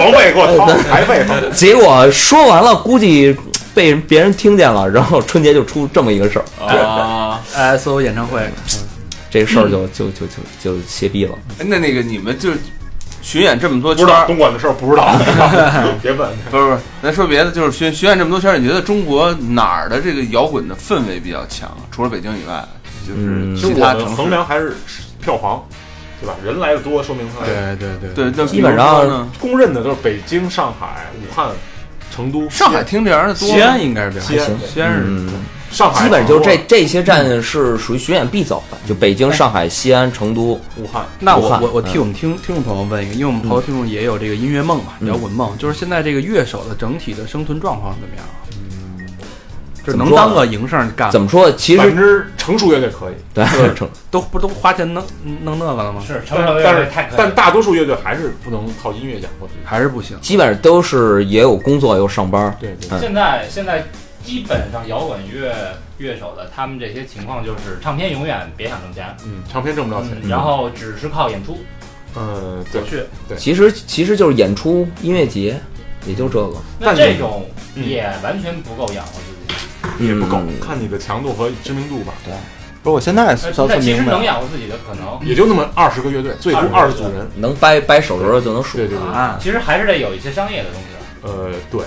Speaker 5: 头费给我掏，台费掏。
Speaker 4: 结果说完了，估计被别人听见了，然后春节就出这么一个事儿，
Speaker 2: 啊，
Speaker 1: S O 演唱会，
Speaker 4: 这个事儿就就就就就歇逼了。
Speaker 2: 哎那那个你们就是巡演这么多
Speaker 5: 不
Speaker 2: 圈
Speaker 5: 知道
Speaker 2: 儿，
Speaker 5: 东莞的事儿不知 道，别问。
Speaker 2: 不是不是，咱说别的，就是巡巡演这么多圈儿，你觉得中国哪儿的这个摇滚的氛围比较强？啊除了北京以外，就是
Speaker 4: 嗯
Speaker 5: 其
Speaker 2: 其
Speaker 5: 实
Speaker 2: 他
Speaker 5: 我
Speaker 2: 城
Speaker 5: 们
Speaker 2: 市。
Speaker 5: 衡量还是票房，对吧？人来的多，说明它
Speaker 7: 对对对，
Speaker 2: 对，那
Speaker 4: 基本上
Speaker 2: 比如说呢
Speaker 5: 公认的都是北京、上海、武汉、成都、
Speaker 2: 上海听这样的多。
Speaker 1: 西安应该是这样，
Speaker 5: 西安、西安、
Speaker 1: 西安是
Speaker 4: 嗯，
Speaker 5: 上海
Speaker 4: 基本就这
Speaker 5: 成
Speaker 4: 这些站是属于巡演必走的，就北京、上海、西安、成都。
Speaker 5: 都武汉，
Speaker 1: 那我
Speaker 4: 武汉
Speaker 1: 我我替
Speaker 4: 嗯
Speaker 1: 我们听听众朋友问一个，因为我们好多听众也有这个音乐梦嘛，
Speaker 4: 嗯
Speaker 1: 摇滚梦，就是现在这个乐手的整体的生存状况怎么样啊？就是
Speaker 4: 怎么
Speaker 1: 能
Speaker 4: 说呢
Speaker 1: 当个营生干吗，
Speaker 4: 怎么说？其
Speaker 5: 百分
Speaker 4: 实
Speaker 5: 之成熟乐队可以，
Speaker 4: 对，成
Speaker 1: 都不都花钱弄弄那个了吗？
Speaker 3: 是成
Speaker 5: 但
Speaker 3: 熟乐
Speaker 5: 但
Speaker 3: 队
Speaker 5: 是
Speaker 4: 哎
Speaker 3: 太可以
Speaker 5: 但
Speaker 3: 了，
Speaker 5: 大多数乐队还是不能靠音乐养活自己。
Speaker 1: 还是不行。
Speaker 4: 基本上都是也有工作，也有上班儿。
Speaker 5: 对对，
Speaker 4: 嗯
Speaker 3: 现在现在基本上摇滚乐乐手的他们这些情况就是唱片永远别想挣钱，
Speaker 5: 嗯，唱片挣不着钱。
Speaker 3: 嗯然后只是靠演出
Speaker 5: 嗯，对
Speaker 3: 走，去。
Speaker 4: 其实其实就是演出、音乐节，也就这个，
Speaker 3: 那
Speaker 5: 但
Speaker 3: 这种
Speaker 5: 嗯
Speaker 3: 也完全不够养活自己。
Speaker 4: 也
Speaker 5: 不够，嗯看你的强度和知名度吧，
Speaker 7: 不是我现在
Speaker 3: 那
Speaker 7: 算
Speaker 3: 呃那
Speaker 7: 算
Speaker 3: 其实
Speaker 7: 明白
Speaker 3: 能
Speaker 7: 了，
Speaker 3: 养活自己的可能，
Speaker 5: 也就那么二十个乐队，最多二
Speaker 3: 20
Speaker 5: 十组人。
Speaker 4: 能掰掰手指头就能数。
Speaker 5: 对对对，
Speaker 1: 啊，
Speaker 3: 其实还是得有一些商业的东西的。
Speaker 5: 呃，对。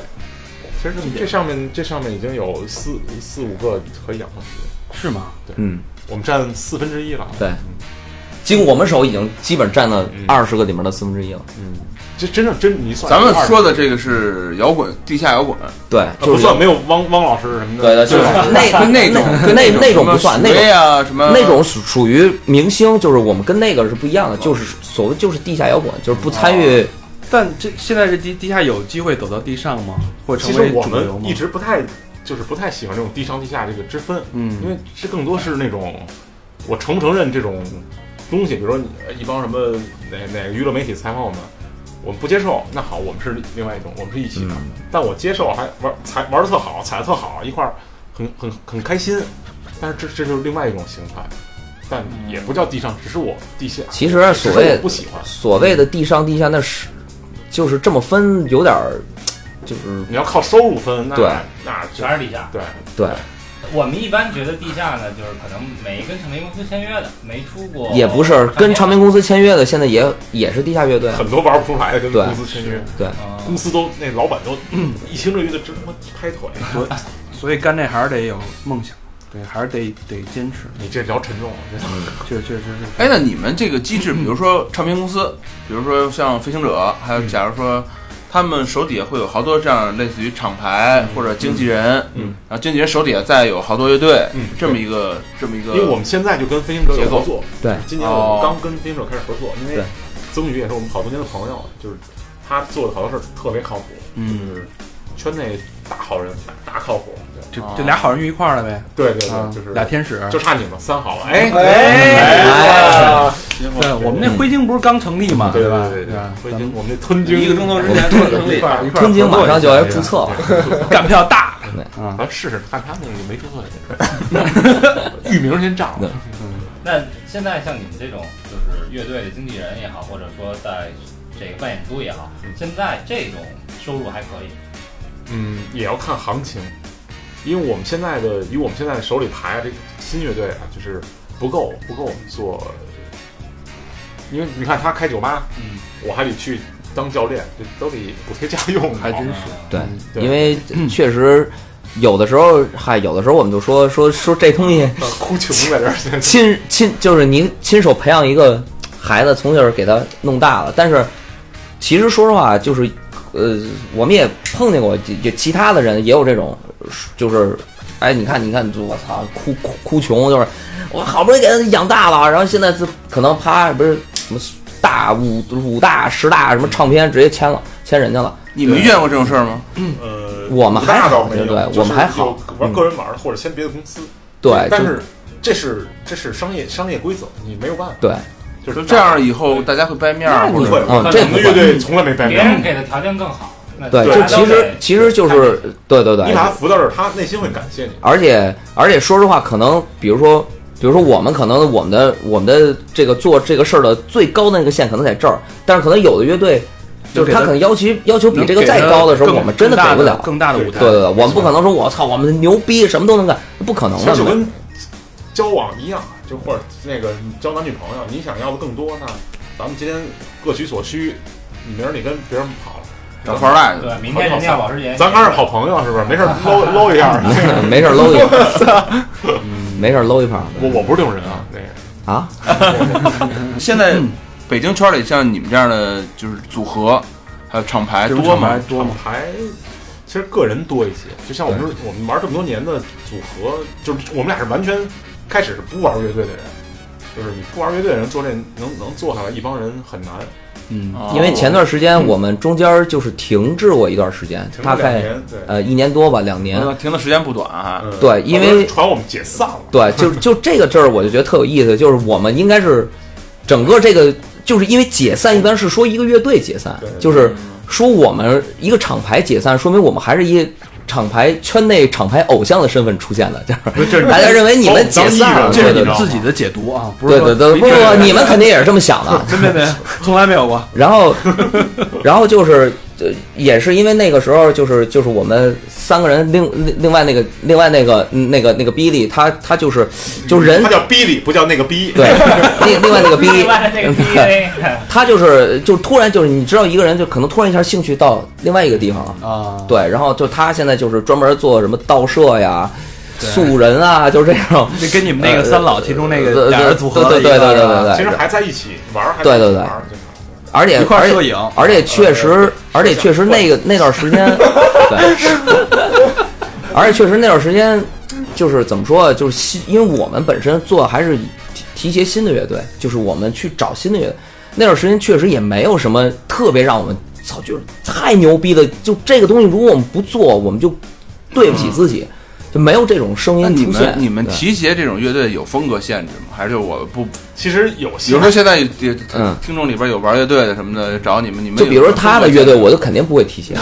Speaker 5: 其实这上面这上面已经有四四五个可以养活自己的，
Speaker 1: 是吗？
Speaker 4: 嗯，
Speaker 5: 我们占四分之一了。
Speaker 4: 对经我们手已经基本占了
Speaker 5: 嗯
Speaker 4: 二十个里面的四分之一了。
Speaker 5: 嗯，这真正真你算
Speaker 2: 咱们说的
Speaker 5: 个
Speaker 2: 这个是摇滚，地下摇滚，
Speaker 4: 对，
Speaker 5: 啊
Speaker 4: 就是
Speaker 5: 不算没有汪汪老师什么
Speaker 4: 对
Speaker 5: 的，
Speaker 4: 对，就是那
Speaker 2: 那种
Speaker 4: 那
Speaker 2: 跟
Speaker 4: 那
Speaker 2: 种
Speaker 4: 那种
Speaker 2: 什么
Speaker 4: 不算，那
Speaker 2: 水
Speaker 4: 种
Speaker 2: 啊什么
Speaker 4: 那种属属于明星，就是我们跟那个是不一样的，就是所谓就是地下摇滚，就是不参与。
Speaker 1: 但这现在这地地下有机会走到地上吗？或者
Speaker 5: 其
Speaker 1: 成
Speaker 5: 实
Speaker 1: 为
Speaker 5: 我
Speaker 1: 主流
Speaker 5: 们
Speaker 1: 吗
Speaker 5: 一？直不太就是不太喜欢这种地上地下这个之分，
Speaker 1: 嗯
Speaker 5: 因为这更多是那种我承不承认这种东西，比如说你呃一帮什么哪哪个娱乐媒体采访我们，我们不接受，那好，我们是另外一种，我们是一起的。但我接受还玩踩玩的特好，踩的特好，一块儿很很很开心，但是这这就是另外一种形态，但也不叫地上，只是我地下。
Speaker 4: 其实
Speaker 5: 只
Speaker 4: 所
Speaker 5: 是
Speaker 4: 谓
Speaker 5: 我不喜欢，
Speaker 4: 所谓的地上地下，那是就是这么分，有点儿就是
Speaker 5: 你要靠收入分，那
Speaker 4: 对
Speaker 5: 那就
Speaker 3: 全是地下。
Speaker 5: 对
Speaker 4: 对，
Speaker 3: 我们一般觉得地下呢，就是可能没跟唱片公司签约的，没出过，
Speaker 4: 也不是跟唱片公司签约的，现在也也是地下乐队。
Speaker 5: 很多玩不出来的，跟
Speaker 4: 对
Speaker 5: 公司签约。
Speaker 3: 嗯
Speaker 5: 公司都那老板都 一听这乐队直他妈拍 腿，说
Speaker 1: 所以干这行得有梦想，对，还是得得坚持。
Speaker 5: 你这聊沉重了，啊这
Speaker 1: 确确实是，
Speaker 2: 哎，那你们这个机制，比如说唱片公司，比如说像飞行者，还
Speaker 4: 嗯
Speaker 2: 有假如说他们手底下会有好多这样类似于厂牌或者经纪人，
Speaker 5: 嗯，
Speaker 2: 然后经纪人啊手底下再有好多乐队，
Speaker 5: 嗯
Speaker 2: 这么一个这么一个，
Speaker 5: 因为我们现在就跟飞行者有合作，
Speaker 4: 对，
Speaker 5: 今年我们刚跟飞行者开始合
Speaker 2: 哦
Speaker 5: 作，因为
Speaker 4: 对
Speaker 5: 曾宇也是我们好多年的朋友，就是他做的好多事儿特别靠谱，
Speaker 1: 嗯，
Speaker 5: 就是圈内大好人，大靠谱，
Speaker 1: 就
Speaker 2: 啊
Speaker 1: 就俩好人遇一块儿了呗，
Speaker 5: 对对对
Speaker 1: 啊
Speaker 5: 对，就是
Speaker 1: 俩天使。
Speaker 5: 就差你们三好了，哎
Speaker 4: 哎，
Speaker 1: 对，我们那灰烬不是刚成立嘛，
Speaker 5: 对
Speaker 1: 吧？
Speaker 5: 对对
Speaker 1: 吧，
Speaker 5: 灰
Speaker 1: 咱
Speaker 5: 鲸
Speaker 1: 们
Speaker 5: 我们那吞鲸
Speaker 2: 一个钟头之前
Speaker 4: 我们
Speaker 2: 成立
Speaker 1: 一块儿一块儿
Speaker 4: 春节马上就要
Speaker 1: 合
Speaker 4: 注
Speaker 1: 作
Speaker 4: 册了。
Speaker 1: 干票大，
Speaker 5: 咱们试试看他们那个没注册也是，域名先 占了，
Speaker 3: 那现在像你们这种，就是乐队的经纪人也好，或者说在这个办演出也好，现在这种收入还可以。
Speaker 5: 嗯，也要看行情，因为我们现在的以我们现在手里排的这个新乐队啊，就是不够不够做，因为你看他开酒吧，
Speaker 3: 嗯，
Speaker 5: 我还得去当教练，这都得补贴家用，
Speaker 1: 还真
Speaker 3: 嗯
Speaker 1: 是。
Speaker 4: 对，
Speaker 5: 对
Speaker 4: 因为确实有的时候，嗨，有的时候我们就说说说这东西
Speaker 5: 呃哭穷在这儿，现在
Speaker 4: 亲亲，就是你亲手培养一个孩子，从小给他弄大了。但是其实说实话，就是呃，我们也碰见过，也其他的人也有这种，就是哎，你看，你看，我操，哭哭哭穷，就是我好不容易给他养大了，然后现在就可能啪，不是什么大五五大十大什么唱片直接签了，签人家了。
Speaker 2: 你们遇见过这种事儿吗？
Speaker 5: 呃，
Speaker 4: 我们还
Speaker 5: 那倒
Speaker 4: 好，
Speaker 5: 没
Speaker 4: 对
Speaker 5: 有，
Speaker 4: 不对，
Speaker 5: 就是
Speaker 4: 我们还好嗯
Speaker 5: 有，玩个人玩儿或者签别的公司，
Speaker 4: 对，
Speaker 5: 但
Speaker 4: 就是
Speaker 5: 这是这是商业商业规则，你没有办法，
Speaker 4: 对，
Speaker 5: 就是
Speaker 2: 就这样以后大家会掰面儿，
Speaker 4: 那
Speaker 5: 不
Speaker 2: 或
Speaker 4: 你
Speaker 2: 者
Speaker 5: 会，
Speaker 4: 嗯
Speaker 5: 我看
Speaker 4: 这
Speaker 5: 我们
Speaker 4: 不
Speaker 5: 乐
Speaker 4: 会
Speaker 5: 队从来没掰
Speaker 3: 别
Speaker 5: 面
Speaker 3: 人
Speaker 5: 儿，
Speaker 3: 给的条件更好，那
Speaker 4: 对，
Speaker 5: 对
Speaker 4: 就
Speaker 3: 大家
Speaker 4: 其
Speaker 3: 都
Speaker 4: 实
Speaker 3: 得
Speaker 4: 其实就是对对
Speaker 5: 你
Speaker 4: 对
Speaker 5: 把，他扶到这儿，他内心会感谢你。
Speaker 4: 而且而且说实话，可能比如说比如说我们可能我们的我们的这个做这个事儿的最高的那个线可能在这儿，但是可能有的乐队就是他可能要求要求比这个再高的时候，我们真的给不了。
Speaker 1: 更大的舞台。
Speaker 4: 对对对，我们不可能说我操，我们牛逼，什么都能干，不可能
Speaker 5: 其
Speaker 4: 的
Speaker 5: 实。就跟交往一样，就或者那个交男女朋友，你想要的更多，那咱们今天各取所需，你明儿你跟别人跑了，
Speaker 2: 找富二代去。
Speaker 3: 对，明天人家保
Speaker 4: 哎
Speaker 3: 时捷，
Speaker 5: 咱刚是好朋友是不是？没 事儿搂搂一下。
Speaker 4: 没事儿搂一盘， 没事儿搂一盘
Speaker 5: 我我不是这种人啊，那个
Speaker 4: 啊！
Speaker 2: 嗯现在北京圈里像你们这样的就是组合，还有厂牌多吗？
Speaker 5: 多吗？还其实个人多一些，就像我们我们玩这么多年的组合，就是我们俩是完全开始是不玩乐队的人，就是你不玩乐队的人做这能能做下来一帮人很难，
Speaker 2: 哦
Speaker 4: 因为前段时间我们中间就是停滞过一段时间，
Speaker 5: 停
Speaker 4: 大
Speaker 5: 了两
Speaker 4: 概
Speaker 5: 年，对，
Speaker 4: 呃一年多吧，两年。
Speaker 2: 我停的时间不短啊，
Speaker 5: 嗯
Speaker 4: 呃对因为
Speaker 5: 好多人传我们解散了，
Speaker 4: 对，就 就这个这儿，我就觉得特有意思，就是我们应该是整个这个，就是因为解散一般是说一个乐队解散
Speaker 5: 对，
Speaker 4: 就是说我们一个厂牌解散，说明我们还是一厂牌圈内厂牌偶像的身份出现的，就是大家认为你们解散了，
Speaker 5: 这
Speaker 4: 对
Speaker 5: 是你
Speaker 4: 对对
Speaker 5: 们
Speaker 1: 自己的解读啊，不是
Speaker 4: 对
Speaker 1: 说
Speaker 4: 对
Speaker 1: 谁
Speaker 4: 对，不
Speaker 1: 对
Speaker 4: 不，你们肯定也是这么想的，
Speaker 1: 没没，从来没有过。
Speaker 4: 然后，然后就是，呃，也是因为那个时候，就是就是我们三个人，另另另外那个另外那个那个那个比利，他他就是就是人
Speaker 5: 他叫 Billy，不叫那个 B，
Speaker 4: 对，另另外 那个比利
Speaker 3: 另，外这 个 PUA，
Speaker 4: 他就是就突然就是你知道一个人就可能突然一下兴趣到另外一个地
Speaker 1: 哦
Speaker 4: 方啊，对，然后就他现在就是专门做什么盗摄呀、素人啊，就是这种，
Speaker 1: 这跟你们那个三老其中 那个俩人组合的
Speaker 4: 呃对
Speaker 1: 一
Speaker 4: 对对对
Speaker 1: 个，啊
Speaker 4: 对
Speaker 5: 其
Speaker 4: 对
Speaker 5: 实，还在一起玩儿，还
Speaker 4: 对
Speaker 5: 在
Speaker 4: 对
Speaker 5: 一起
Speaker 4: 对
Speaker 5: 玩儿就是
Speaker 4: 而且
Speaker 1: 一块儿
Speaker 4: 而且
Speaker 1: 摄影，
Speaker 4: 而且确
Speaker 2: 哦
Speaker 4: 实，而且确实那个那段时间， 对，而且确实那段时间，就是怎么说，啊就是新，因为我们本身做还是提提携新的乐队，就是我们去找新的乐队。那段时间确实也没有什么特别让我们操，就是太牛逼的，就这个东西，如果我们不做，我们就对不起自己，就没有这种
Speaker 2: 嗯
Speaker 4: 声
Speaker 2: 那
Speaker 4: 音
Speaker 2: 你
Speaker 4: 出现
Speaker 2: 们。你们
Speaker 4: 对
Speaker 2: 提携这种乐队有风格限制吗？还是就我不？
Speaker 5: 其实有
Speaker 2: 比
Speaker 5: 些
Speaker 2: 如 说现在也
Speaker 4: 嗯
Speaker 2: 听众里边有玩乐队的什么的，找你们，你们
Speaker 4: 就比如说
Speaker 2: 有什么
Speaker 4: 他的
Speaker 2: 风格限
Speaker 4: 乐队，
Speaker 2: 制
Speaker 4: 我就肯定不会提携。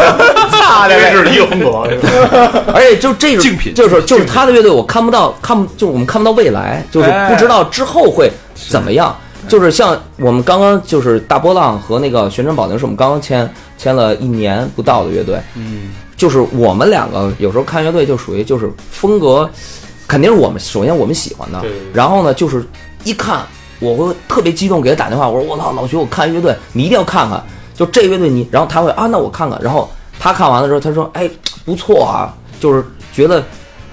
Speaker 5: 大概是一个风 格，是吧
Speaker 4: 而且就这种
Speaker 1: 竞品
Speaker 4: 就是就是他的乐队，我看不到，看不就是我们看不到未来，就是
Speaker 1: 哎
Speaker 4: 不知道之后会怎么样。就是像我们刚刚就是大波浪和那个旋转保定，是我们刚刚签签了一年不到的乐队，嗯，就是我们两个有时候看乐队就属于就是风格，肯定是我们首先我们喜欢的
Speaker 5: 对对对，
Speaker 4: 然后呢就是一看我会特别激动给他打电话，我说我操老徐，我看乐队，你一定要看看，就这乐队你，然后他会啊，那我看看，然后他看完了之后，他说哎不错啊，就是觉得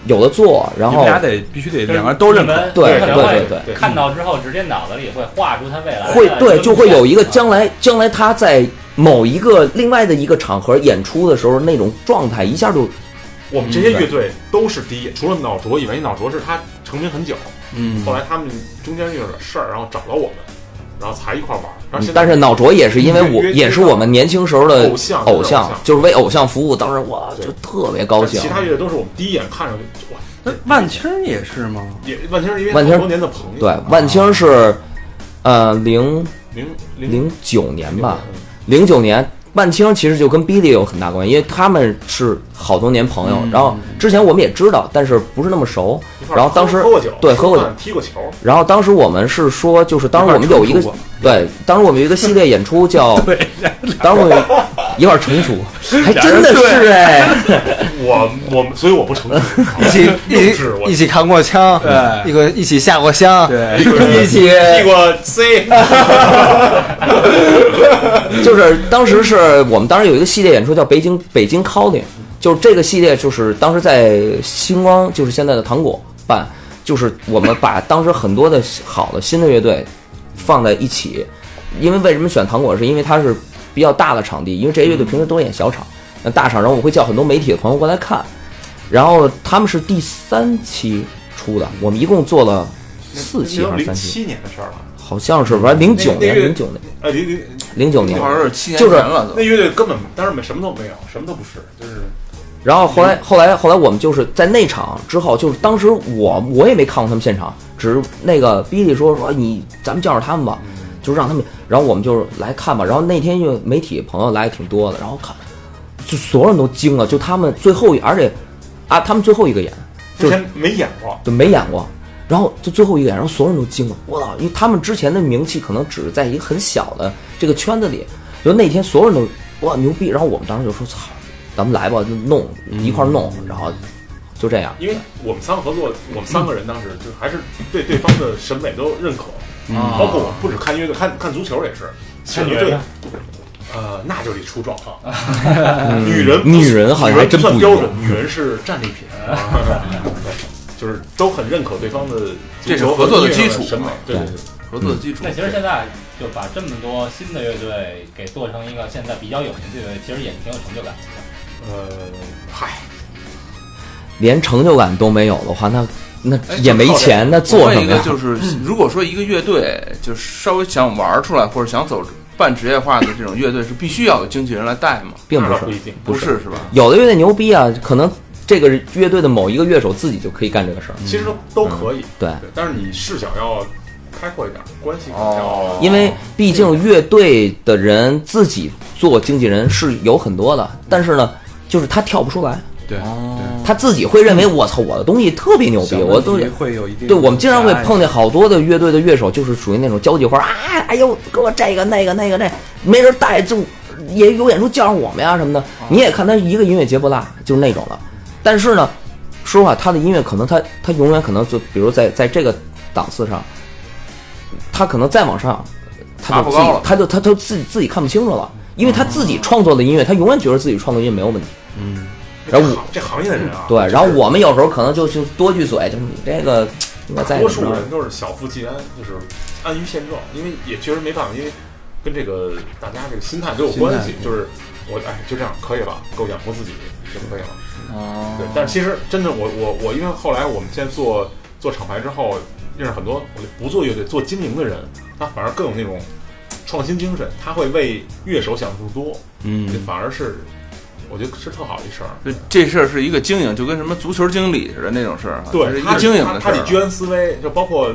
Speaker 4: 有的做，然
Speaker 1: 你
Speaker 4: 后
Speaker 1: 们俩得必须
Speaker 4: 嗯
Speaker 1: 得两个人都认可。
Speaker 5: 对
Speaker 4: 对对
Speaker 3: 对
Speaker 4: 对
Speaker 5: 对
Speaker 3: 看到之后，直接脑子里会画出他未来的
Speaker 4: 会对
Speaker 3: 路
Speaker 4: 就会有一个
Speaker 3: 线
Speaker 4: 将来将来他在某一个另外的一个场合演出的时候那种状态一下就
Speaker 5: 我们这些乐队都是第一，除了脑浊以外，脑浊是他成名很久，嗯，后来他们中间遇到点事儿，然后找到我们，然后才一块儿玩儿。然后现在
Speaker 4: 嗯但是脑浊也是因为我
Speaker 5: 约约
Speaker 4: 也是我们年轻时候的
Speaker 5: 偶像就是
Speaker 4: 偶
Speaker 5: 偶
Speaker 4: 像
Speaker 5: 像，
Speaker 4: 就是为偶像服务，当时我啊
Speaker 5: 对
Speaker 4: 就特别高兴
Speaker 5: 其。他乐队都是我们第一眼看上去，哇，
Speaker 1: 那万青儿也是吗？
Speaker 5: 也万青是因为
Speaker 4: 万青
Speaker 5: 好多年的朋友，
Speaker 4: 对，万青是呃零
Speaker 5: 零啊零
Speaker 4: 零九年吧，零九年，万青其实就跟 Billy 有很大关系，因为他们是好多年朋友，然后之前我们也知道，但是不是那么熟。然后当时
Speaker 5: 喝过酒，
Speaker 4: 对喝过酒
Speaker 5: 吃饭，踢过球，
Speaker 4: 然后当时我们是说，就是当时我们有一个
Speaker 1: 一块儿
Speaker 4: 对，当时我们有一个系列演 出叫对，当时我们一块儿成熟，还真的是哎，
Speaker 5: 我我们所以我不 成熟，
Speaker 7: 一起一
Speaker 5: 幼
Speaker 7: 起
Speaker 5: 稚我
Speaker 7: 一起扛过枪，
Speaker 1: 对
Speaker 7: 一个一起下过乡，
Speaker 1: 对，
Speaker 7: 一起
Speaker 5: 踢过 C，
Speaker 4: 就是当时是我们当时有一个系列演出叫北京北京 Calling，就是这个系列，就是当时在星光，就是现在的糖果办，就是我们把当时很多的好的新的乐队放在一起。因为为什么选糖果，是因为它是比较大的场地，因为这些乐队平时都演小场，那大场，然后我会叫很多媒体的朋友过来看。然后他们是第三期出的，我们一共做了四期还是
Speaker 5: 零
Speaker 4: 三期？
Speaker 5: 七年的事儿了，
Speaker 4: 好像是吧，零九
Speaker 5: 那
Speaker 4: 年，
Speaker 5: 那个
Speaker 4: 零九年，
Speaker 5: 呃，零零
Speaker 4: 零九年
Speaker 2: 好。像是七年
Speaker 4: 就
Speaker 2: 前
Speaker 4: 是
Speaker 2: 了都
Speaker 5: 那。乐队根本当时没什么都没有，什么都不是，就是
Speaker 4: 然后后来后来后来我们就是在那场之后，就是当时我我也没看过他们现场，只是那个比利说说你咱们叫上他们吧，就让他们，然后我们就是来看吧。然后那天因为媒体朋友来挺多的，然后看，就所有人都惊了，就他们最后一，而且啊他们最后一个演
Speaker 5: 之前没演过，
Speaker 4: 就没演过，然后就最后一个演，然后所有人都惊了，我操！因为他们之前的名气可能只是在一个很小的这个圈子里，就那天所有人都哇牛逼，然后我们当时就说操，咱们来吧，就弄一块儿弄，
Speaker 2: 嗯
Speaker 4: 然后就这样。
Speaker 5: 因为我们三个合作，我们三个人当时就还是对对方的审美都认可，
Speaker 4: 嗯
Speaker 5: 包括我不止看音乐队，看看足球也是，看
Speaker 8: 女
Speaker 5: 乐
Speaker 8: 人
Speaker 5: 队
Speaker 8: 呢，
Speaker 5: 呃，那就得出 状况。女人不
Speaker 4: 嗯女人好像还
Speaker 5: 女人
Speaker 4: 真
Speaker 5: 不算
Speaker 4: 不一
Speaker 5: 标
Speaker 4: 样
Speaker 5: 准，女人是战利 品，就是都很认可对方的足球
Speaker 2: 这是合作的基础
Speaker 5: 和音乐
Speaker 4: 啊
Speaker 5: 审美，对对对。
Speaker 2: 合作的基础
Speaker 3: 那。其实现在就把这么多新的乐队给做成一个现在比较有名气的乐队，其实也挺有成就感的。
Speaker 5: 呃，嗨，
Speaker 4: 连成就感都没有的话，那那
Speaker 2: 哎
Speaker 4: 也没钱，那
Speaker 2: 我
Speaker 4: 做
Speaker 2: 问
Speaker 4: 什
Speaker 2: 一
Speaker 4: 么
Speaker 2: 个
Speaker 4: 呀？
Speaker 2: 就是，如果说一个乐队就是稍微想玩出来或者想走半职业化的这种乐队，是必须要有经纪人来带吗？
Speaker 4: 并
Speaker 5: 那
Speaker 4: 不
Speaker 5: 倒
Speaker 4: 是
Speaker 5: 不，一定。
Speaker 2: 不是是吧？
Speaker 4: 有的乐队牛逼啊，可能这个乐队的某一个乐手自己就可以干这个事儿。
Speaker 5: 其实都都可以，
Speaker 4: 对，
Speaker 5: 对但是你视角要开阔一点，关系可能要
Speaker 4: 因为毕竟乐队的人自己做经纪人是有很多的，但是呢，就是他跳不出来，
Speaker 1: 对，
Speaker 4: 他自己会认为我操，我的东西特别牛逼，哦我都
Speaker 1: 也会有一定
Speaker 4: 对，我们经常会碰见好多的乐队的乐手，就是属于那种交际花啊，哎呦，给我这个那个那个那，没人带就也有演出叫上我们呀什么的。
Speaker 5: 啊
Speaker 4: 你也看他一个音乐节不落，就是那种的。但是呢，说实话，他的音乐可能他他永远可能就比如在在这个档次上，他可能再往上，
Speaker 2: 爬
Speaker 4: 他就
Speaker 2: 不
Speaker 4: 自己
Speaker 2: 高了
Speaker 4: 他就他就自己自己看不清楚了，因为他自己创作的音乐，他永远觉得自己创作音乐没有问题。然后
Speaker 5: 这行这行业的人啊，
Speaker 4: 嗯对，
Speaker 5: 就是
Speaker 4: 然后我们有时候可能就就多句嘴，就是你这个应该在
Speaker 5: 多数人都是小富即安，就是安于现状，因为也确实没办法，因为跟这个大家这个心态都有关系，就是我哎就这样可以吧，够养活自己就可以了。
Speaker 2: 哦
Speaker 5: 对，但是其实真的我我我，因为后来我们现在做做厂牌之后，认识很多不做乐队做经营的人，他反而更有那种创新精神，他会为乐手想更多，
Speaker 1: 嗯
Speaker 5: 这反而是我觉得是特好一事儿。
Speaker 2: 这这事儿是一个经营，就跟什么足球经理似的那种事儿啊，这是
Speaker 5: 对，
Speaker 2: 一
Speaker 5: 他
Speaker 2: 个经营
Speaker 5: 他
Speaker 2: 的事
Speaker 5: 他得居
Speaker 2: 儿。
Speaker 5: 安思危，就包括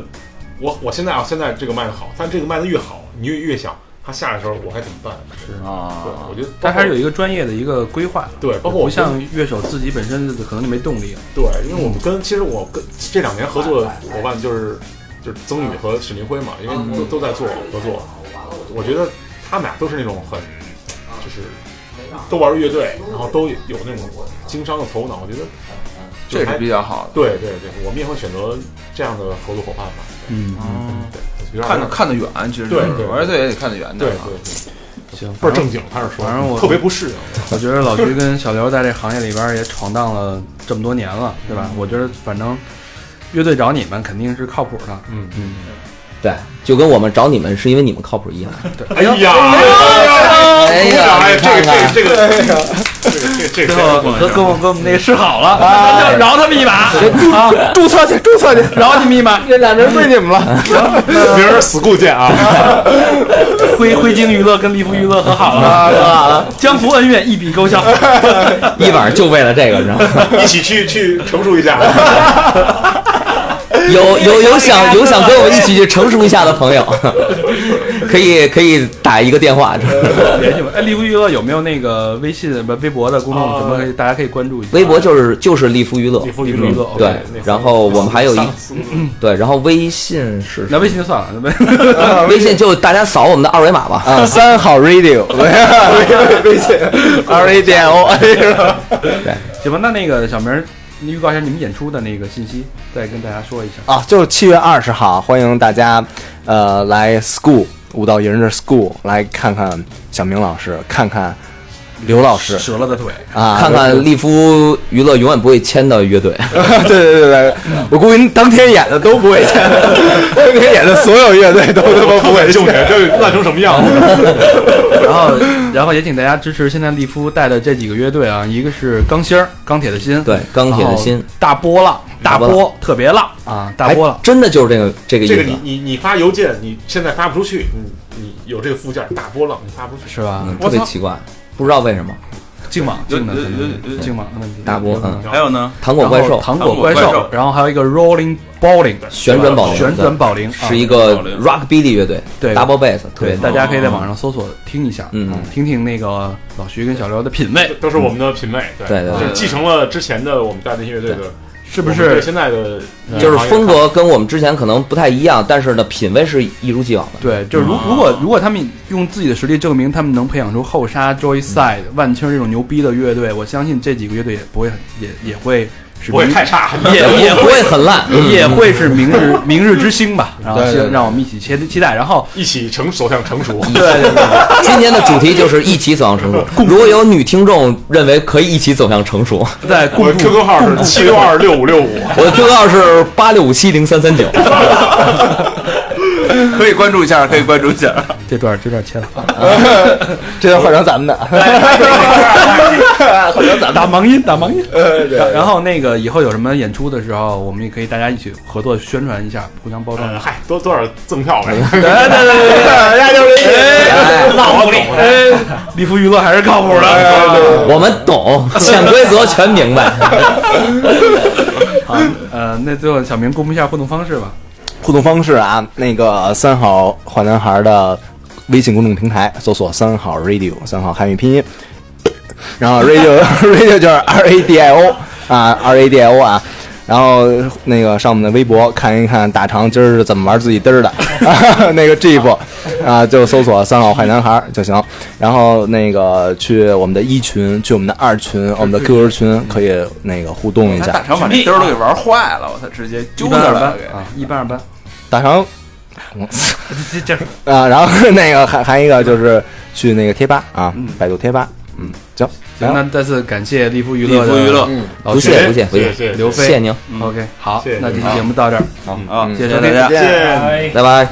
Speaker 5: 我我现在啊，现在这个卖的好，但这个卖的越好，你越越想他下来的时候我该怎么办？是对，
Speaker 2: 啊，
Speaker 5: 我觉得包括
Speaker 1: 他还是有一个专业的一个规划，
Speaker 5: 对，包括我
Speaker 1: 不像乐手自己本身可能就没动力了。
Speaker 5: 对，因
Speaker 2: 嗯
Speaker 5: 为我们跟其实我跟这两年合作的伙伴就是就是曾宇和史林辉嘛，因为都都在做合作，我觉得他们俩都是那种很就是都玩乐队，然后都有那种经商的头脑，我觉得
Speaker 2: 这
Speaker 5: 就
Speaker 2: 是
Speaker 5: 还
Speaker 2: 比较好的，
Speaker 5: 对对对，我们也会选择这样的合作伙伴吧。
Speaker 1: 嗯，
Speaker 5: 对，有点
Speaker 2: 看得看得远，其实
Speaker 5: 对对
Speaker 2: 玩乐队也得看得远
Speaker 5: 对
Speaker 2: 点
Speaker 5: 对
Speaker 2: 啊。
Speaker 5: 对，
Speaker 1: 行，
Speaker 5: 倍儿正经，开始说，
Speaker 1: 反正我
Speaker 5: 特别不适应。
Speaker 1: 我觉得老徐跟小刘在这行业里边也闯荡了这么多年了，对吧？我觉得反正乐队找你们肯定是靠谱的。
Speaker 5: 嗯
Speaker 1: 嗯，
Speaker 4: 对，就跟我们找你们是因为你们靠谱一样。
Speaker 5: 哎呀，哎
Speaker 4: 呀
Speaker 5: 哎，这个
Speaker 4: 你看看
Speaker 5: 这个这个这个
Speaker 1: 最
Speaker 5: 这个
Speaker 1: 后
Speaker 5: 这
Speaker 1: 跟跟我跟我们
Speaker 4: 嗯
Speaker 1: 那个吃好了，
Speaker 4: 哎
Speaker 1: 咱就 饶他们一把啊，
Speaker 7: 注册去，注册去，
Speaker 1: 饶你们一把。
Speaker 7: 这俩人归你们了。
Speaker 5: 个，明儿 school 见啊！
Speaker 1: 灰灰鲸娱乐跟利福娱乐和好了，江湖恩怨一笔勾销。
Speaker 4: 一晚上就为了这个，你知道 吗？
Speaker 5: 一起去去成熟一下。
Speaker 4: 有有有想有想跟我一起去成熟一下的朋友， 可以可以打一个电话。
Speaker 1: 联系我哎，利福娱乐有没有那个微信、不微博的公众什么？大家可以关注一下。
Speaker 4: 微博就是就是利福娱乐，
Speaker 5: 福娱
Speaker 1: 乐
Speaker 4: 对
Speaker 5: OK，那个
Speaker 4: 然后我们还有一
Speaker 5: 上次
Speaker 4: 对，然后微信是
Speaker 1: 那微信就算了，那微
Speaker 4: 微信，就大家扫我们的二维码吧。
Speaker 7: 啊，三 好 radio，微信 r a d i o a，
Speaker 1: 行吧，那那个小明儿，你预告一下你们演出的那个信息，再跟大家说一下。
Speaker 7: 啊，就是七月二十号，欢迎大家，呃，来 school 舞蹈营的 school 来看看小明老师，看看
Speaker 4: 刘老师
Speaker 1: 折了的腿，
Speaker 7: 啊，
Speaker 4: 看看利夫娱乐永远不会签的乐队，
Speaker 7: 对 对对对，我估计当天演的都不 会签，当天演的所有乐队都他妈不会
Speaker 5: 就你
Speaker 7: 签。
Speaker 5: 这烂成什么样了？
Speaker 1: 然后，然后也请大家支持现在利夫带的这几个乐队啊，一个是钢芯儿，钢铁的心，
Speaker 4: 对钢铁的心，
Speaker 1: 大波浪，大
Speaker 4: 大波浪
Speaker 1: 波特别浪啊，大波
Speaker 4: 哎
Speaker 1: 浪，
Speaker 4: 真的就是这个这个意
Speaker 5: 这个
Speaker 4: 思
Speaker 5: 你。你你发邮件，你现在发不出去，你你有这个附件大波浪，你发不出去。
Speaker 1: 是吧？
Speaker 4: 嗯，特别奇怪，不知道为什么
Speaker 1: 净网净的
Speaker 2: 有有
Speaker 1: 可能
Speaker 2: 有有有
Speaker 1: 净网的问题，
Speaker 4: 大波
Speaker 1: 有可能
Speaker 4: 嗯
Speaker 2: 还有 呢，
Speaker 4: 糖果怪
Speaker 1: 然后
Speaker 4: 兽
Speaker 1: 糖果
Speaker 2: 糖果
Speaker 1: 怪
Speaker 2: 怪
Speaker 1: 兽
Speaker 2: 兽，
Speaker 1: 然后还有一个 Rolling Bowling
Speaker 4: 旋转保龄
Speaker 1: 旋转保龄啊
Speaker 4: 是一个
Speaker 2: 保龄
Speaker 4: rockabilly 乐队
Speaker 1: 对
Speaker 4: ，double bass，特别
Speaker 1: 对，大家可以在网上搜索听一下，
Speaker 4: 嗯
Speaker 1: 啊听听那个老徐跟小刘的品味，
Speaker 5: 都是我们的品味，对
Speaker 4: 对对
Speaker 5: 就
Speaker 2: 对
Speaker 5: 是继承了之前的我们带的乐队的，
Speaker 1: 是不
Speaker 5: 我们对
Speaker 1: 是？
Speaker 5: 现在的呃
Speaker 4: 嗯就是
Speaker 5: 行业
Speaker 4: 风格跟我们之前可能不太一样，但是呢，品味是一如既往的。
Speaker 1: 对，就是如如果如果他们用自己的实力证明他们能培养出后沙、Joyside、万
Speaker 4: 嗯
Speaker 1: 青这种牛逼的乐队，我相信这几个乐队也不会很也也会是
Speaker 5: 不会
Speaker 1: 明
Speaker 5: 太差，
Speaker 1: 也
Speaker 4: 也不会很烂，嗯
Speaker 1: 也会是明日 明日之星吧。然后
Speaker 7: 对
Speaker 1: 希
Speaker 7: 对对
Speaker 1: 让我们一起期期待，然后
Speaker 5: 一起成走向成 熟。
Speaker 4: 今天的主题就是一起走 向成熟。如果有女听众认为可以一起走向成熟，
Speaker 1: 在共
Speaker 5: 我的
Speaker 1: 度
Speaker 5: QQ 号是七六二六五六五，
Speaker 4: 我的 QQ 号是八六五七零三三 九。
Speaker 1: 啊
Speaker 2: 可以关注一下，可以关注一下。
Speaker 1: 这段这段切了，
Speaker 7: 这就换成咱们的，
Speaker 1: 打盲音打盲音。然然后那个以后有什么演出的时候，我们也可以大家一起合作宣传一下，互相包装一
Speaker 5: 嗯，
Speaker 1: 下。
Speaker 5: 嗨，多多少赠票 呗。
Speaker 7: 大家就是
Speaker 5: 那我懂了，
Speaker 1: 哎，利福娱乐还是靠谱的。
Speaker 4: 我们懂，潜规则全 明白。
Speaker 1: 好，呃，那最后小明公布一下互动方式吧。
Speaker 7: 互动方式啊，那个三好坏男孩的微信公众平台搜索“三好 radio”，三好汉语拼音，然后 radio radio 就是 R A D I O 啊，R A D I O 啊。然后那个上我们的微博看一看大肠今儿是怎么玩自己嘚儿的， 那个 Jeep 啊，就搜索“三好坏男孩”就行。然后那个去我们的一群，去我们的二群，我们的 QQ 群可以那个互动一
Speaker 2: 他
Speaker 7: 下
Speaker 2: 大。肠把这兜儿都给玩坏了，我操，直接
Speaker 1: 一
Speaker 2: 揪
Speaker 1: 般
Speaker 2: 那
Speaker 1: 二
Speaker 2: 儿了
Speaker 1: 班
Speaker 2: 给。
Speaker 1: 啊，一班二班。
Speaker 7: 大肠
Speaker 1: 这这
Speaker 7: 啊，然后那个还还一个就是去那个贴吧啊，百度贴吧，嗯，行，
Speaker 1: 行，
Speaker 7: 然后
Speaker 1: 那再次感谢利福娱
Speaker 2: 利
Speaker 1: 乐
Speaker 2: 夫
Speaker 1: 的
Speaker 2: 娱乐
Speaker 1: 老
Speaker 4: 不
Speaker 1: 徐
Speaker 4: 谢不谢不
Speaker 5: 谢
Speaker 4: 谢，
Speaker 5: 谢，
Speaker 1: 刘
Speaker 4: 谢
Speaker 1: 飞
Speaker 4: 谢您，
Speaker 1: OK，好
Speaker 5: 谢谢，
Speaker 1: 那这期节目到这儿，
Speaker 2: 啊，
Speaker 7: 嗯
Speaker 2: 谢谢大家。
Speaker 3: 哎
Speaker 1: 哎
Speaker 5: 见。
Speaker 4: 拜拜。